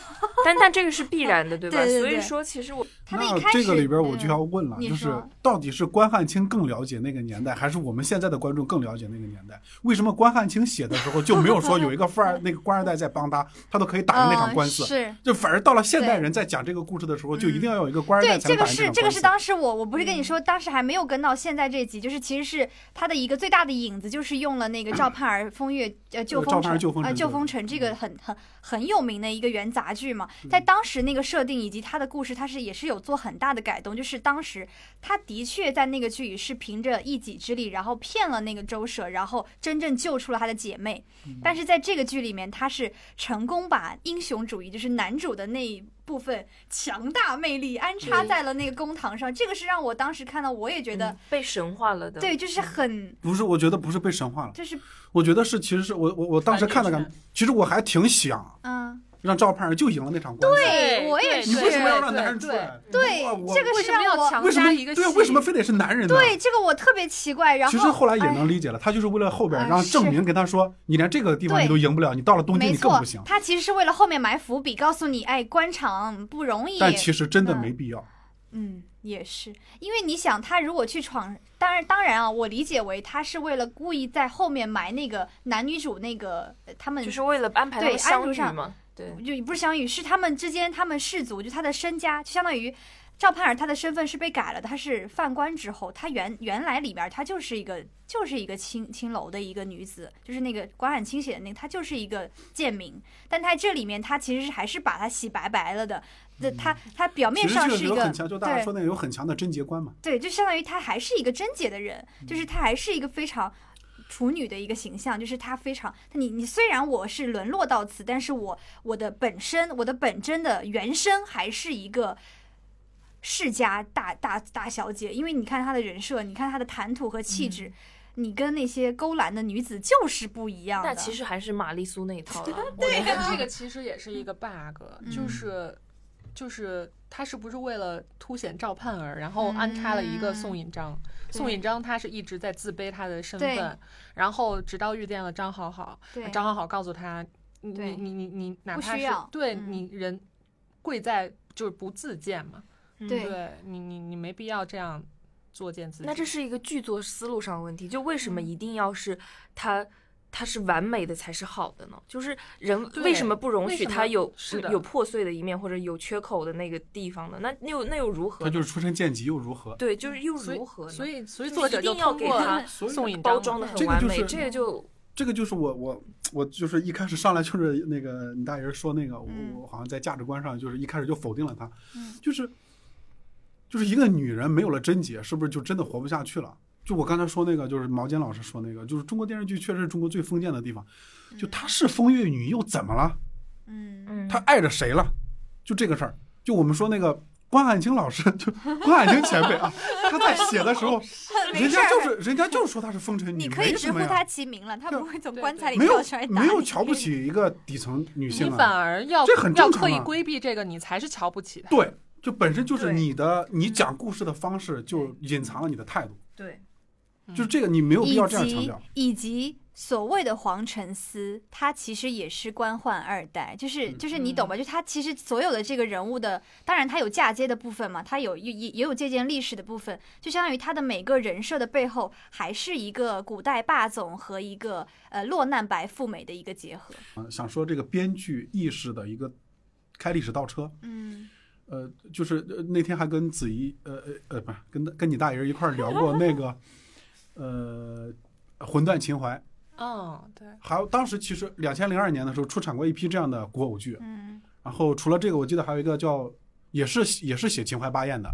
Speaker 2: 但但这个是 必然的，对吧？
Speaker 3: 对对
Speaker 2: 所以
Speaker 3: 对
Speaker 2: 说，其实我
Speaker 3: 他们
Speaker 1: 那
Speaker 3: 一开
Speaker 1: 这
Speaker 3: 始
Speaker 1: 个里边我就要问了，
Speaker 3: 嗯你
Speaker 1: 就是
Speaker 3: 说
Speaker 1: 到底是关汉卿更了解那个年代，还是我们现在的观众更了解那个年代？为什么关汉卿写的时候就没有说有一个 富二那个官二代在帮他，他都可以打赢那场
Speaker 3: 嗯
Speaker 1: 官司？
Speaker 3: 是。嗯
Speaker 1: 就反而到了现代人在讲这个故事的时候，就一定要有一个官二代
Speaker 3: 对，
Speaker 1: 才能
Speaker 3: 这
Speaker 1: 打
Speaker 3: 个
Speaker 1: 赢场
Speaker 3: 是
Speaker 1: 官司。
Speaker 3: 这个是当时我我不是跟
Speaker 1: 嗯
Speaker 3: 你说，当时还没有跟到现在这一集，就是其实是他的一个最大的影子，就是用了那个赵盼儿风月呃旧
Speaker 1: 赵
Speaker 3: 风
Speaker 1: 盼儿
Speaker 3: 尘
Speaker 1: 旧风
Speaker 3: 呃
Speaker 1: 尘
Speaker 3: 旧
Speaker 1: 对嗯
Speaker 3: 风尘这个很很很有名的一个元杂剧嘛，在当时那个设定以及他的故事，他是也是有做很大的改动，就是当时他的确在那个剧里是凭着一己之力，然后骗了那个周舍，然后真正救出了他的姐妹，但是在这个剧里面，他是成功把英雄主义，就是男主的那一部分强大魅力安插在了那个公堂上，这个是让我当时看到，我也觉得、
Speaker 2: 嗯被神化了的。
Speaker 3: 对，就是很
Speaker 1: 不是，我觉得不是被神化了，
Speaker 3: 就是
Speaker 1: 我觉得是其实是我我我当时看了
Speaker 4: 反
Speaker 1: 看，其实我还挺想
Speaker 3: 嗯，
Speaker 1: 让赵盼儿就赢了那场官司。
Speaker 3: 对我也
Speaker 1: 你
Speaker 3: 是
Speaker 1: 为什么要让男人出来？
Speaker 3: 对
Speaker 1: 哇，我
Speaker 3: 这个
Speaker 4: 为
Speaker 3: 是
Speaker 4: 什
Speaker 3: 让
Speaker 4: 么要
Speaker 3: 我
Speaker 4: 强
Speaker 1: 为什么
Speaker 4: 加一个
Speaker 1: 对啊
Speaker 4: 戏
Speaker 1: 为什么非得是男人呢？
Speaker 3: 对这个我特别奇怪，然
Speaker 1: 啊
Speaker 3: 后
Speaker 1: 其实后来也
Speaker 3: 哎
Speaker 1: 能理解了，他就是为了后边
Speaker 3: 哎
Speaker 1: 让
Speaker 3: 是
Speaker 1: 郑明跟他说，你连这个地方你
Speaker 3: 对
Speaker 1: 都赢不了，你到了东京
Speaker 3: 没
Speaker 1: 你更
Speaker 3: 错
Speaker 1: 不行，。
Speaker 3: 他其实是为了后面埋伏笔，告诉你，哎，官场不容易。
Speaker 1: 但其实真的没必要。
Speaker 3: 嗯，也是，因为你想，他如果去闯，当然当然啊，我理解为他是为了故意在后面埋那个男女主那个呃他们
Speaker 2: 就是为了安排他
Speaker 3: 对
Speaker 2: 们相
Speaker 3: 安如
Speaker 2: 遇
Speaker 3: 上
Speaker 2: 嘛。对，
Speaker 3: 就不是相遇，是他们之间，他们氏族，就他的身家，就相当于赵盼儿，他的身份是被改了的，他是犯官之后，他原原来里边儿他就是一个就是一个青青楼的一个女子，就是那个关汉卿写的那个，她就是一个贱民，但在这里面，他其实是还是把她洗白白了的，那他他表面
Speaker 1: 嗯其实
Speaker 3: 上
Speaker 1: 这个
Speaker 3: 是一
Speaker 1: 有
Speaker 3: 个
Speaker 1: 很强，就大家
Speaker 3: 对
Speaker 1: 说那个有很强的贞洁观嘛。
Speaker 3: 对，就相当于她还是一个贞洁的人，
Speaker 1: 嗯
Speaker 3: 就是她还是一个非常处女的一个形象，就是她非常你你虽然我是沦落到此，但是我我的本身我的本真的原身还是一个。世家大大大小姐，因为你看她的人设，你看她的谈吐和气质，
Speaker 1: 嗯
Speaker 3: 你跟那些勾栏的女子就是不一样的。
Speaker 2: 那其实还是玛丽苏那一套 了。
Speaker 4: 我觉
Speaker 3: 对
Speaker 4: 得
Speaker 3: 啊
Speaker 4: 这个其实也是一个 bug，、就
Speaker 1: 嗯
Speaker 4: 是就是他是不是为了凸显赵盼儿，然后安插了一个宋引章？宋
Speaker 3: 嗯对
Speaker 4: 引章他是一直在自卑他的身
Speaker 3: 对
Speaker 4: 份，然后直到遇见了张好好，
Speaker 3: 对
Speaker 4: 张好好告诉他，你
Speaker 3: 对
Speaker 4: 你你你你哪
Speaker 3: 不
Speaker 4: 怕
Speaker 3: 需
Speaker 4: 是
Speaker 3: 要
Speaker 4: 对
Speaker 3: 嗯
Speaker 4: 你人贵在就是不自荐嘛，
Speaker 2: 嗯
Speaker 3: 对
Speaker 4: 对你你你没必要这样作践自己。
Speaker 2: 那这是一个剧作思路上的问题，就为
Speaker 4: 嗯
Speaker 2: 什么一定要是他？他是完美的才是好的呢，就是人
Speaker 4: 对
Speaker 2: 为什么不容
Speaker 4: 为
Speaker 2: 许
Speaker 4: 什
Speaker 2: 他
Speaker 4: 么
Speaker 2: 有
Speaker 4: 是的
Speaker 2: 有破碎的一面或者有缺口的那个地方呢？那那又那又如何
Speaker 1: 他
Speaker 2: 呢？
Speaker 1: 就是出身贱籍又如何？
Speaker 2: 对，就是又
Speaker 4: 所以
Speaker 2: 如何呢？
Speaker 4: 所以所以
Speaker 2: 就是
Speaker 4: 作者
Speaker 2: 一定
Speaker 4: 就
Speaker 2: 要
Speaker 4: 通
Speaker 2: 给
Speaker 4: 过
Speaker 2: 他
Speaker 4: 宋引章
Speaker 2: 包装的
Speaker 1: 这
Speaker 2: 很
Speaker 1: 个
Speaker 2: 完
Speaker 1: 就
Speaker 2: 美，
Speaker 1: 是
Speaker 2: 这个就
Speaker 1: 这个就是我我我就是一开始上来就是那个你大爷说那个，我
Speaker 3: 嗯
Speaker 1: 我好像在价值观上就是一开始就否定了他
Speaker 3: 嗯，
Speaker 1: 就是就是一个女人没有了贞洁，是不是就真的活不下去了？就我刚才说那个，就是毛尖老师说那个，就是中国电视剧确实是中国最封建的地方， 就她是风月女又怎么了？
Speaker 3: 嗯，
Speaker 2: 嗯，
Speaker 1: 她爱着谁了？就这个事儿，就我们说那个关汉卿老师，就关汉卿前辈啊，他在写的时候，
Speaker 3: 没
Speaker 1: 人
Speaker 3: 事
Speaker 1: 家
Speaker 3: 儿，
Speaker 1: 就是人家就是说她是风尘女，
Speaker 3: 你可以
Speaker 1: 没
Speaker 3: 直
Speaker 1: 什
Speaker 3: 呼
Speaker 1: 么呀
Speaker 3: 她其名了，她不会从
Speaker 4: 对
Speaker 3: 棺材里
Speaker 1: 没有
Speaker 3: 跳出来打
Speaker 1: 没有
Speaker 3: 你
Speaker 1: 瞧不起一个底层女
Speaker 4: 你
Speaker 1: 性
Speaker 4: 反
Speaker 1: 啊，
Speaker 4: 而要
Speaker 1: 这很
Speaker 4: 要
Speaker 1: 正常
Speaker 4: 刻意
Speaker 1: 啊
Speaker 4: 规避这个，你才是瞧不起他。
Speaker 1: 对，就本身就是
Speaker 2: 对
Speaker 1: 你的你讲故事的方式就隐藏了你的态度，
Speaker 2: 对，
Speaker 1: 就是这个你没有必
Speaker 3: 以
Speaker 1: 要这样强
Speaker 3: 及
Speaker 1: 调。
Speaker 3: 以及所谓的黄承思，他其实也是官宦二代，
Speaker 1: 嗯
Speaker 3: 就是就是你懂吧？就他其实所有的这个人物的，当然他有嫁接的部分嘛，他有也也也有借鉴历史的部分，就相当于他的每个人设的背后，还是一个古代霸总和一个呃落难白富美的一个结合。
Speaker 1: 呃想说这个编剧意识的一个开历史倒车，
Speaker 3: 嗯，
Speaker 1: 呃，就是呃那天还跟子怡，呃呃呃，不是跟跟你大爷一块儿聊过那个，呃，《魂断秦淮》，
Speaker 3: 哦
Speaker 4: 嗯，对。
Speaker 1: 还有当时其实两千零二年的时候出产过一批这样的古偶剧，
Speaker 3: 嗯，
Speaker 1: 然后除了这个，我记得还有一个叫也是也是写秦淮八艳的，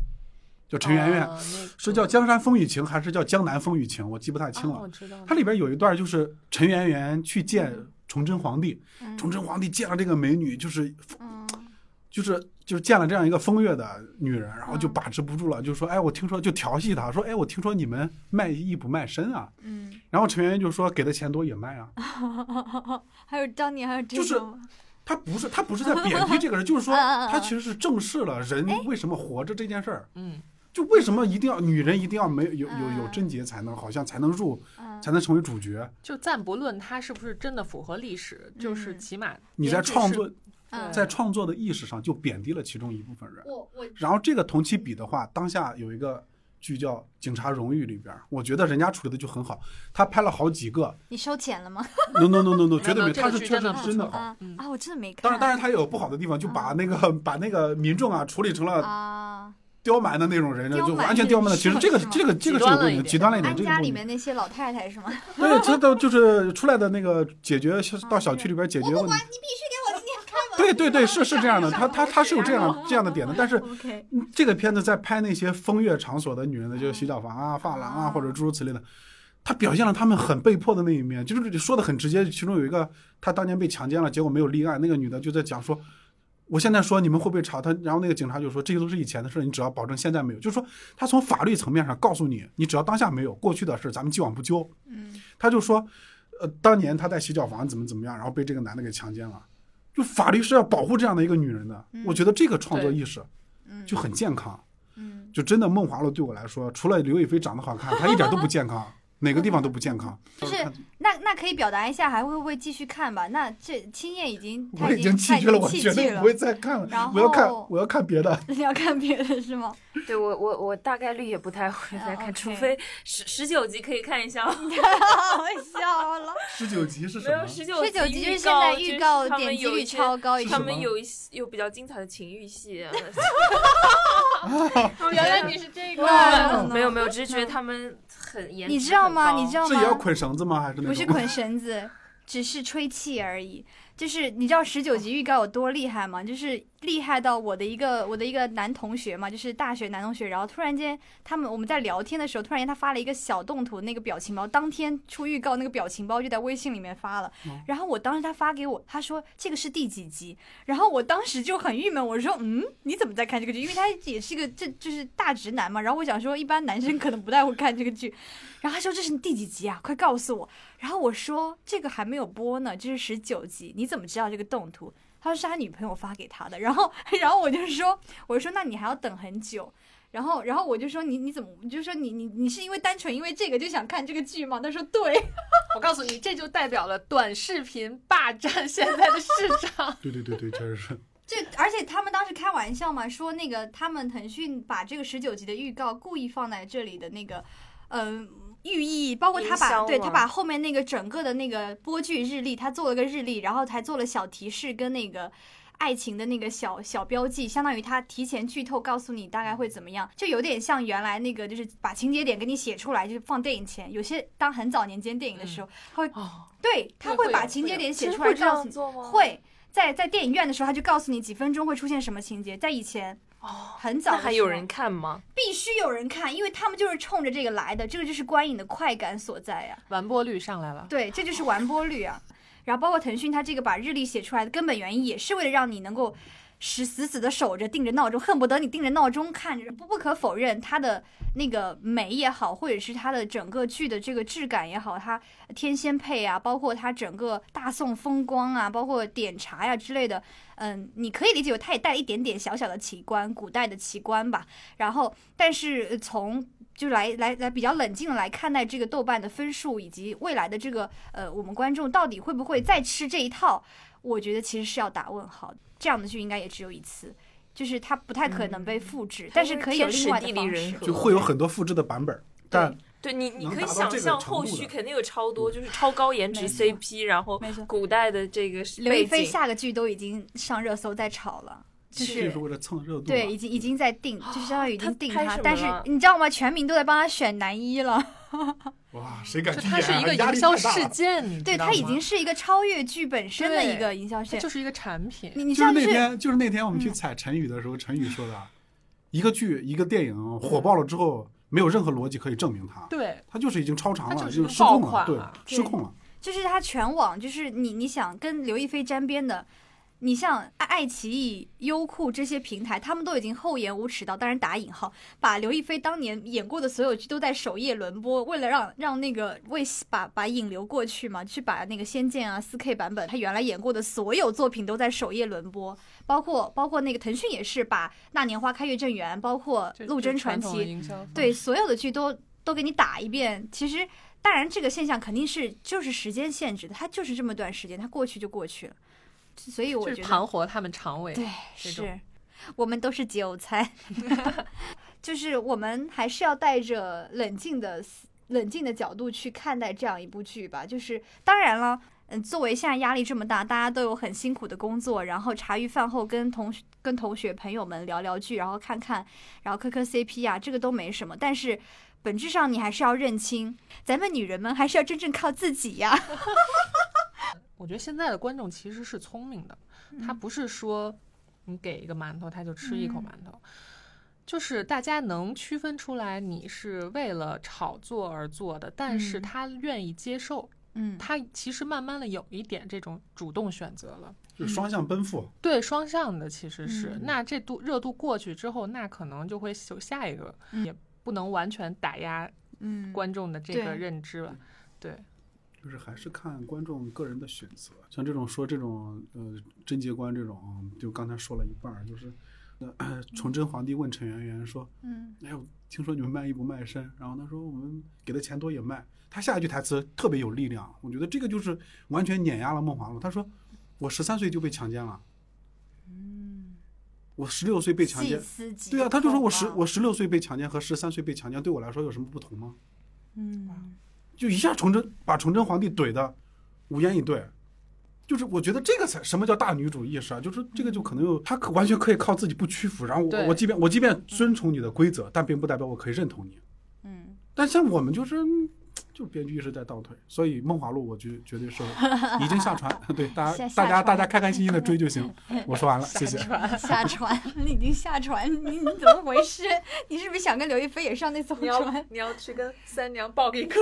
Speaker 1: 叫陈圆圆，
Speaker 4: 哦那
Speaker 1: 是
Speaker 4: 个
Speaker 1: 叫《江山风雨情》还是叫《江南风雨情》？我记不太清
Speaker 4: 哦
Speaker 1: 了
Speaker 4: 我。知道了。
Speaker 1: 它里边有一段就是陈圆圆去见崇祯皇帝，
Speaker 3: 嗯
Speaker 1: 崇祯皇帝见了这个美女，就是
Speaker 3: 嗯
Speaker 1: 就是就是见了这样一个风月的女人，然
Speaker 3: 嗯
Speaker 1: 后就把持不住了，就说：“哎，我听说就调戏她，说哎，我听说你们卖艺不卖身啊。
Speaker 3: 嗯，”
Speaker 1: 然后陈圆圆就说：“给的钱多也卖啊。
Speaker 3: 还有当年还有这
Speaker 1: 就是
Speaker 3: 种，”
Speaker 1: 他不是他不是在贬低这个人，就是说
Speaker 3: 嗯嗯嗯嗯
Speaker 1: 他其实是正视了人为什么活着这件事儿。
Speaker 4: 嗯，
Speaker 1: 就为什么一定要女人一定要没有有有有
Speaker 3: 嗯
Speaker 1: 贞洁才能好像才能入
Speaker 3: 嗯
Speaker 1: 才能成为主角？
Speaker 4: 就暂不论它是不是真的符合历史，就是
Speaker 3: 嗯
Speaker 4: 起码
Speaker 1: 你在
Speaker 4: 编剧
Speaker 1: 创
Speaker 4: 是
Speaker 1: 作
Speaker 3: 嗯
Speaker 1: 在创作的意识上就贬低了其中一部分人。
Speaker 3: 我我
Speaker 1: 然后这个同期比的话，当下有一个剧叫《警察荣誉》里边儿，我觉得人家处理的就很好。他拍了好几 个
Speaker 3: 你收钱了吗？
Speaker 1: ，no no no no no，
Speaker 4: 有
Speaker 1: 绝对
Speaker 4: 没有
Speaker 1: 没，
Speaker 4: 这
Speaker 1: 他
Speaker 4: 个
Speaker 1: 是
Speaker 4: 剧
Speaker 1: 确
Speaker 4: 真
Speaker 1: 实
Speaker 4: 的
Speaker 1: 是真的好。
Speaker 3: 啊啊！我真的没看。
Speaker 1: 当然，当然，他也有不好的地方，就把那个、把那个民众啊处理成
Speaker 4: 嗯
Speaker 1: 了
Speaker 3: 啊，
Speaker 1: 刁蛮的那种人，
Speaker 3: 刁
Speaker 1: 就
Speaker 3: 蛮
Speaker 1: 完全刁蛮的。
Speaker 3: 是
Speaker 1: 其实这个
Speaker 3: 是吗
Speaker 1: 这个这个
Speaker 4: 极
Speaker 1: 是有
Speaker 4: 端了
Speaker 1: 问题的，
Speaker 4: 一点
Speaker 1: 极端了一点。
Speaker 3: 安
Speaker 1: 这个
Speaker 3: 家
Speaker 1: 是
Speaker 3: 里
Speaker 1: 有
Speaker 3: 面那些老太太是吗？
Speaker 1: 对，这都就是出来的那个解决到小区里边解决
Speaker 3: 我
Speaker 1: 问题
Speaker 3: 不管。你必须给我今天看完。
Speaker 1: 对对对，是是这 样的，他他他是有这样的这样的点的，但是嗯
Speaker 3: OK，
Speaker 1: 这个片子在拍那些风月场所的女人的，就是洗澡房啊、发廊啊，
Speaker 3: 啊
Speaker 1: 或者诸如此类的，他表现了她们很被迫的那一面，就是说的很直接。其中有一个，她当年被强奸了，结果没有立案，那个女的就在讲说。我现在说你们会不会查她？然后那个警察就说这些都是以前的事，你只要保证现在没有，就是说他从法律层面上告诉你，你只要当下没有过去的事，咱们既往不咎。
Speaker 3: 嗯，
Speaker 1: 他就说，呃，当年他在洗脚房怎么怎么样，然后被这个男的给强奸了，就法律是要保护这样的一个女人的。
Speaker 3: 嗯
Speaker 1: 我觉得这个创作
Speaker 4: 对
Speaker 1: 意识
Speaker 3: 嗯
Speaker 1: 就很健康，
Speaker 3: 嗯
Speaker 1: 就真的孟华楼对我来说，除了刘亦菲长得好看，她一点都不健康，哪个地方都不健康。
Speaker 3: 就是那那可以表达一下，还会不会继续看吧？那这青叶已经
Speaker 1: 我
Speaker 3: 他
Speaker 1: 已经弃
Speaker 3: 他已
Speaker 1: 剧了，
Speaker 3: 经
Speaker 1: 我
Speaker 3: 弃
Speaker 1: 绝
Speaker 3: 剧
Speaker 1: 对
Speaker 3: 了
Speaker 1: 不，会再看了。
Speaker 3: 然后
Speaker 1: 我要看，我要看别的。
Speaker 3: 你要看别的是吗？
Speaker 2: 对我我我大概率也不太会再看，
Speaker 3: 啊，OK
Speaker 2: 除非十十九集可以看一 下， 哦
Speaker 3: 好笑了。
Speaker 1: 十九集是什
Speaker 2: 没有
Speaker 1: 么？
Speaker 2: 十九
Speaker 3: 十九集
Speaker 2: 就是
Speaker 3: 现在预告
Speaker 2: 他
Speaker 3: 点
Speaker 2: 们
Speaker 3: 击
Speaker 2: 有
Speaker 3: 率
Speaker 2: 一些
Speaker 3: 超高，已
Speaker 2: 他
Speaker 3: 经
Speaker 1: 什
Speaker 2: 们
Speaker 1: 么
Speaker 2: 有一些有比较精彩的情欲戏 啊，
Speaker 4: 原来你是这个
Speaker 3: 哇
Speaker 2: 没有没有，只是觉得他们很严，
Speaker 3: 哦嗯你知道吗？你知
Speaker 2: 道
Speaker 3: 道
Speaker 1: 是也要
Speaker 3: 吗？
Speaker 1: 捆绳子吗？还是那种？
Speaker 3: 不是捆绳子，只是吹气而已。就是你知道十九集预告有多厉害吗？就是厉害到我的一个我的一个男同学嘛，就是大学男同学，然后突然间他们我们在聊天的时候，突然间他发了一个小动图那个表情包，当天出预告那个表情包就在微信里面发了
Speaker 1: 嗯。。
Speaker 3: 然后我当时他发给我，他说这个是第几集，然后我当时就很郁闷，我说嗯，你怎么在看这个剧？因为他也是个这就是大直男嘛，然后我想说一般男生可能不太会看这个剧，然后他说这是第几集啊？快告诉我！然后我说这个还没有播呢，这是十九集，你怎么知道这个动图？他说是他女朋友发给他的。然后， 然后我就说，我说那你还要等很久。然后，然后我就说你你怎么，就说你你你是因为单纯因为这个就想看这个剧吗？他说对，
Speaker 4: 我告诉你，这就代表了短视频霸占现在的 市场
Speaker 1: 对对对对，确实是。
Speaker 3: 这而且他们当时开玩笑嘛，说那个他们腾讯把这个十九集的预告故意放在这里的那个，嗯、寓意包括他
Speaker 2: 营销
Speaker 3: 把
Speaker 2: 嘛
Speaker 3: 对他把后面那个整个的那个播剧日历，他做了个日历，然后还做了小提示跟那个爱情的那个小小标记，相当于他提前剧透告诉你大概会怎么样，就有点像原来那个就是把情节点给你写出来，就是放电影前，有些当很早年间电影的时候，
Speaker 4: 哦，
Speaker 3: 对他
Speaker 4: 会
Speaker 3: 会把
Speaker 4: 有
Speaker 3: 情
Speaker 4: 会
Speaker 3: 节
Speaker 4: 有
Speaker 3: 点
Speaker 2: 其
Speaker 3: 写
Speaker 2: 实嗯
Speaker 3: 出
Speaker 2: 会
Speaker 3: 来
Speaker 2: 这
Speaker 3: 告诉
Speaker 2: 样
Speaker 3: 你。
Speaker 2: 做吗？
Speaker 3: 会在在电影院的时候，他就告诉你几分钟会出现什么情节。在以前，
Speaker 4: 哦，
Speaker 3: 很早
Speaker 2: 那
Speaker 3: 的
Speaker 2: 还
Speaker 3: 时
Speaker 2: 有
Speaker 3: 候
Speaker 2: 人看吗？
Speaker 3: 必须有人看，因为他们就是冲着这个来的，这个就是观影的快感所在呀、
Speaker 4: 完播率上来了。
Speaker 3: 对，这就是完播率啊。然后包括腾讯，它这个把日历写出来的根本原因，也是为了让你能够死死死的守着，定着闹钟，恨不得你定着闹钟看着。不不可否认，它的那个美也好，或者是它的整个剧的这个质感也好，它天仙配啊，包括它整个大宋风光啊，包括点茶呀、之类的，嗯，你可以理解为它也带了一点点小小的奇观，古代的奇观吧。然后，但是呃从就来来来比较冷静的来看待这个豆瓣的分数，以及未来的这个呃我们观众到底会不会再吃这一套，我觉得其实是要打问号的。这样的剧应该也只有一次，就是它不太可能被复制，但是可以有另外的
Speaker 2: 天时地
Speaker 3: 方
Speaker 2: 利人
Speaker 3: 式
Speaker 2: 和。
Speaker 1: 就会有很多复制的版本，但
Speaker 2: 对你，你
Speaker 1: 能
Speaker 2: 可以
Speaker 1: 达到
Speaker 2: 想
Speaker 1: 这个
Speaker 2: 象
Speaker 1: 程
Speaker 2: 后
Speaker 1: 度
Speaker 2: 续
Speaker 1: 的
Speaker 2: 肯定有超多，就是超高颜值
Speaker 3: 没错
Speaker 2: CP，然后
Speaker 3: 没错
Speaker 2: 古代的这个
Speaker 3: 刘亦菲
Speaker 2: 背景
Speaker 3: 下个剧都已经上热搜在炒了，
Speaker 1: 这
Speaker 3: 就是
Speaker 1: 是为了蹭热度嘛。
Speaker 3: 对，已经已经在定，就是相当于已经定
Speaker 2: 他拍
Speaker 3: 他
Speaker 2: 什么，
Speaker 3: 但是
Speaker 2: 了
Speaker 3: 你知道吗？全民都在帮他选男一了。
Speaker 1: 哇，谁敢
Speaker 4: 就
Speaker 1: 去
Speaker 4: 它
Speaker 1: 演
Speaker 4: 是
Speaker 1: 啊？
Speaker 4: 一个
Speaker 1: 压
Speaker 4: 营
Speaker 1: 力
Speaker 4: 销
Speaker 1: 太大
Speaker 4: 事
Speaker 1: 了
Speaker 4: 件，你
Speaker 3: 对，
Speaker 4: 知道
Speaker 3: 它已
Speaker 4: 吗
Speaker 3: 经是一个超越剧本身的一
Speaker 4: 对
Speaker 3: 个营销
Speaker 4: 它
Speaker 3: 线
Speaker 4: 就。是一个产品。
Speaker 3: 你你
Speaker 1: 就是
Speaker 3: 像
Speaker 1: 那
Speaker 3: 是
Speaker 1: 天，就是那天我们
Speaker 4: 嗯
Speaker 1: 去采陈宇的时候，陈宇说的，啊一个剧、一个电影火爆了之后，没有任何逻辑可以证明它，
Speaker 4: 对，
Speaker 1: 它就是已经超长
Speaker 4: 它
Speaker 1: 了，
Speaker 4: 就是
Speaker 1: 就
Speaker 4: 个
Speaker 1: 失控了，
Speaker 4: 爆款啊
Speaker 1: 对
Speaker 4: 了，
Speaker 1: 失控了。
Speaker 3: 就是他全网，就是你你想跟刘亦菲沾边的，你像爱爱奇艺、优酷这些平台，他们都已经厚颜无耻到，当然打引号，把刘亦菲当年演过的所有剧都在首页轮播，为了让让那个为把把引流过去嘛，去把那个《仙剑》啊 4K 版本，她原来演过的所有作品都在首页轮播，包括包括那个腾讯也是把《那年花开月正圆》，包括
Speaker 4: 这
Speaker 3: 《陆贞传奇》，
Speaker 4: 这传统的营销方式
Speaker 3: 对，所有的剧都都给你打一遍。其实，当然这个现象肯定是就是时间限制的，它就是这么段时间，它过去就过去了。所以我
Speaker 4: 就
Speaker 3: 觉
Speaker 4: 是
Speaker 3: 得，
Speaker 4: 盘活他们常委。
Speaker 3: 对，
Speaker 4: 这种
Speaker 3: 是我们都是韭 菜，就是我们还是要带着冷静的思冷静的角度去看待这样一部剧吧。就是当然了。嗯，作为现在压力这么大，大家都有很辛苦的工作，然后茶余饭后跟同学跟同学朋友们聊聊剧，然后看看，然后磕磕 CP 啊，这个都没什么。但是本质上你还是要认清，咱们女人们还是要真正靠自己呀、
Speaker 4: 我觉得现在的观众其实是聪明的，他
Speaker 3: 嗯
Speaker 4: 不是说你给一个馒头他就吃一口馒头，就是大家能区分出来你是为了炒作而做的，但是
Speaker 3: 嗯
Speaker 4: 他愿意接受，
Speaker 3: 嗯，
Speaker 4: 他其实慢慢的有一点这种主动选择了。
Speaker 1: 就是双向奔赴。
Speaker 4: 对双向的其实是，
Speaker 3: 嗯
Speaker 4: 那这度热度过去之后，那可能就会有下一个，
Speaker 3: 嗯
Speaker 4: 也不能完全打压
Speaker 3: 嗯，
Speaker 4: 观众的这个
Speaker 3: 对
Speaker 4: 认知了。对，
Speaker 1: 就是还是看观众个人的选择，像这种说这种呃贞洁观这种啊，就刚才说了一半儿，就是呃 崇祯皇帝问陈圆圆说
Speaker 3: 嗯，：“
Speaker 1: 哎呦，听说你们卖艺不卖身？”然后他说：“我们给的钱多也卖。”他下一句台词特别有力量，我觉得这个就是完全碾压了梦华录。他说：“我十三岁就被强奸了，我十六岁被强
Speaker 3: 细
Speaker 1: 奸。”
Speaker 3: 思极
Speaker 1: 对啊，他就说
Speaker 3: 恐
Speaker 1: 我十
Speaker 3: 啊
Speaker 1: 我十六岁被强奸和十三岁被强奸对我来说有什么不同吗？
Speaker 3: 嗯。
Speaker 1: 就一下崇祯把崇祯皇帝怼的无言以对，就是我觉得这个才什么叫大女主意识啊？就是这个就可能有他可完全可以靠自己不屈服，然后我
Speaker 4: 对
Speaker 1: 我即便我即便遵从你的规则，但并不代表我可以认同你。
Speaker 3: 嗯，
Speaker 1: 但像我们就是嗯就是编剧意识在倒退，所以《梦华录》我绝绝对是已经下传， 对大家
Speaker 3: 下下
Speaker 1: 大家
Speaker 3: 传
Speaker 1: 大家开开心心的追就行。 我说完了，谢谢。
Speaker 3: 下船， 你已经下船，你你怎么回事？你是不是想跟刘亦菲也上那艘
Speaker 2: 你要
Speaker 3: 船
Speaker 2: 你要去跟三娘报个一个，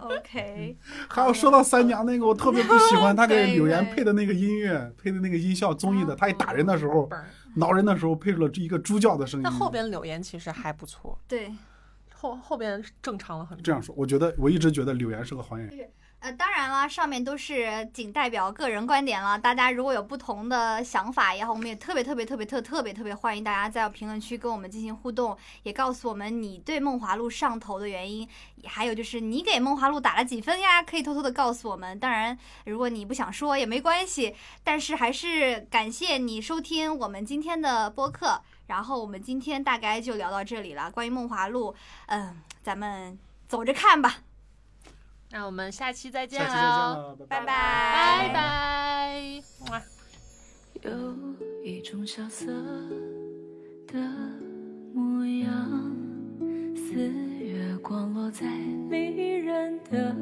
Speaker 3: ？OK，
Speaker 1: 还有说到三娘那个，我特别不喜欢她
Speaker 3: 对
Speaker 1: 给柳岩
Speaker 3: 对
Speaker 1: 配的那个音乐，配的那个音效，综
Speaker 4: 嗯
Speaker 1: 艺的，她一打人的时候，
Speaker 4: 本儿
Speaker 1: 挠人的时候配出了一个猪叫的声音。
Speaker 4: 那后边柳岩其实还不错，
Speaker 3: 对，嗯
Speaker 4: 后后边正常了很
Speaker 1: 这
Speaker 4: 多。
Speaker 1: 样说，我觉得我一直觉得柳岩是个好演员。
Speaker 3: 呃，当然啦，上面都是仅代表个人观点了。大家如果有不同的想法也好，我们也特别特别特别特特别特别欢迎大家在评论区跟我们进行互动，也告诉我们你对《梦华录》上头的原因，还有就是你给《梦华录》打了几分呀？可以偷偷的告诉我们。当然，如果你不想说也没关系，但是还是感谢你收听我们今天的播客。然后我们今天大概就聊到这里了，关于《梦华录》，嗯，咱们走着看吧，
Speaker 4: 那我们下期再见
Speaker 1: 下期再见
Speaker 4: 喽，
Speaker 1: 了，拜
Speaker 3: 拜
Speaker 1: 拜。
Speaker 4: 拜拜。哇
Speaker 5: 有一种萧瑟的模样，似月光落在离人的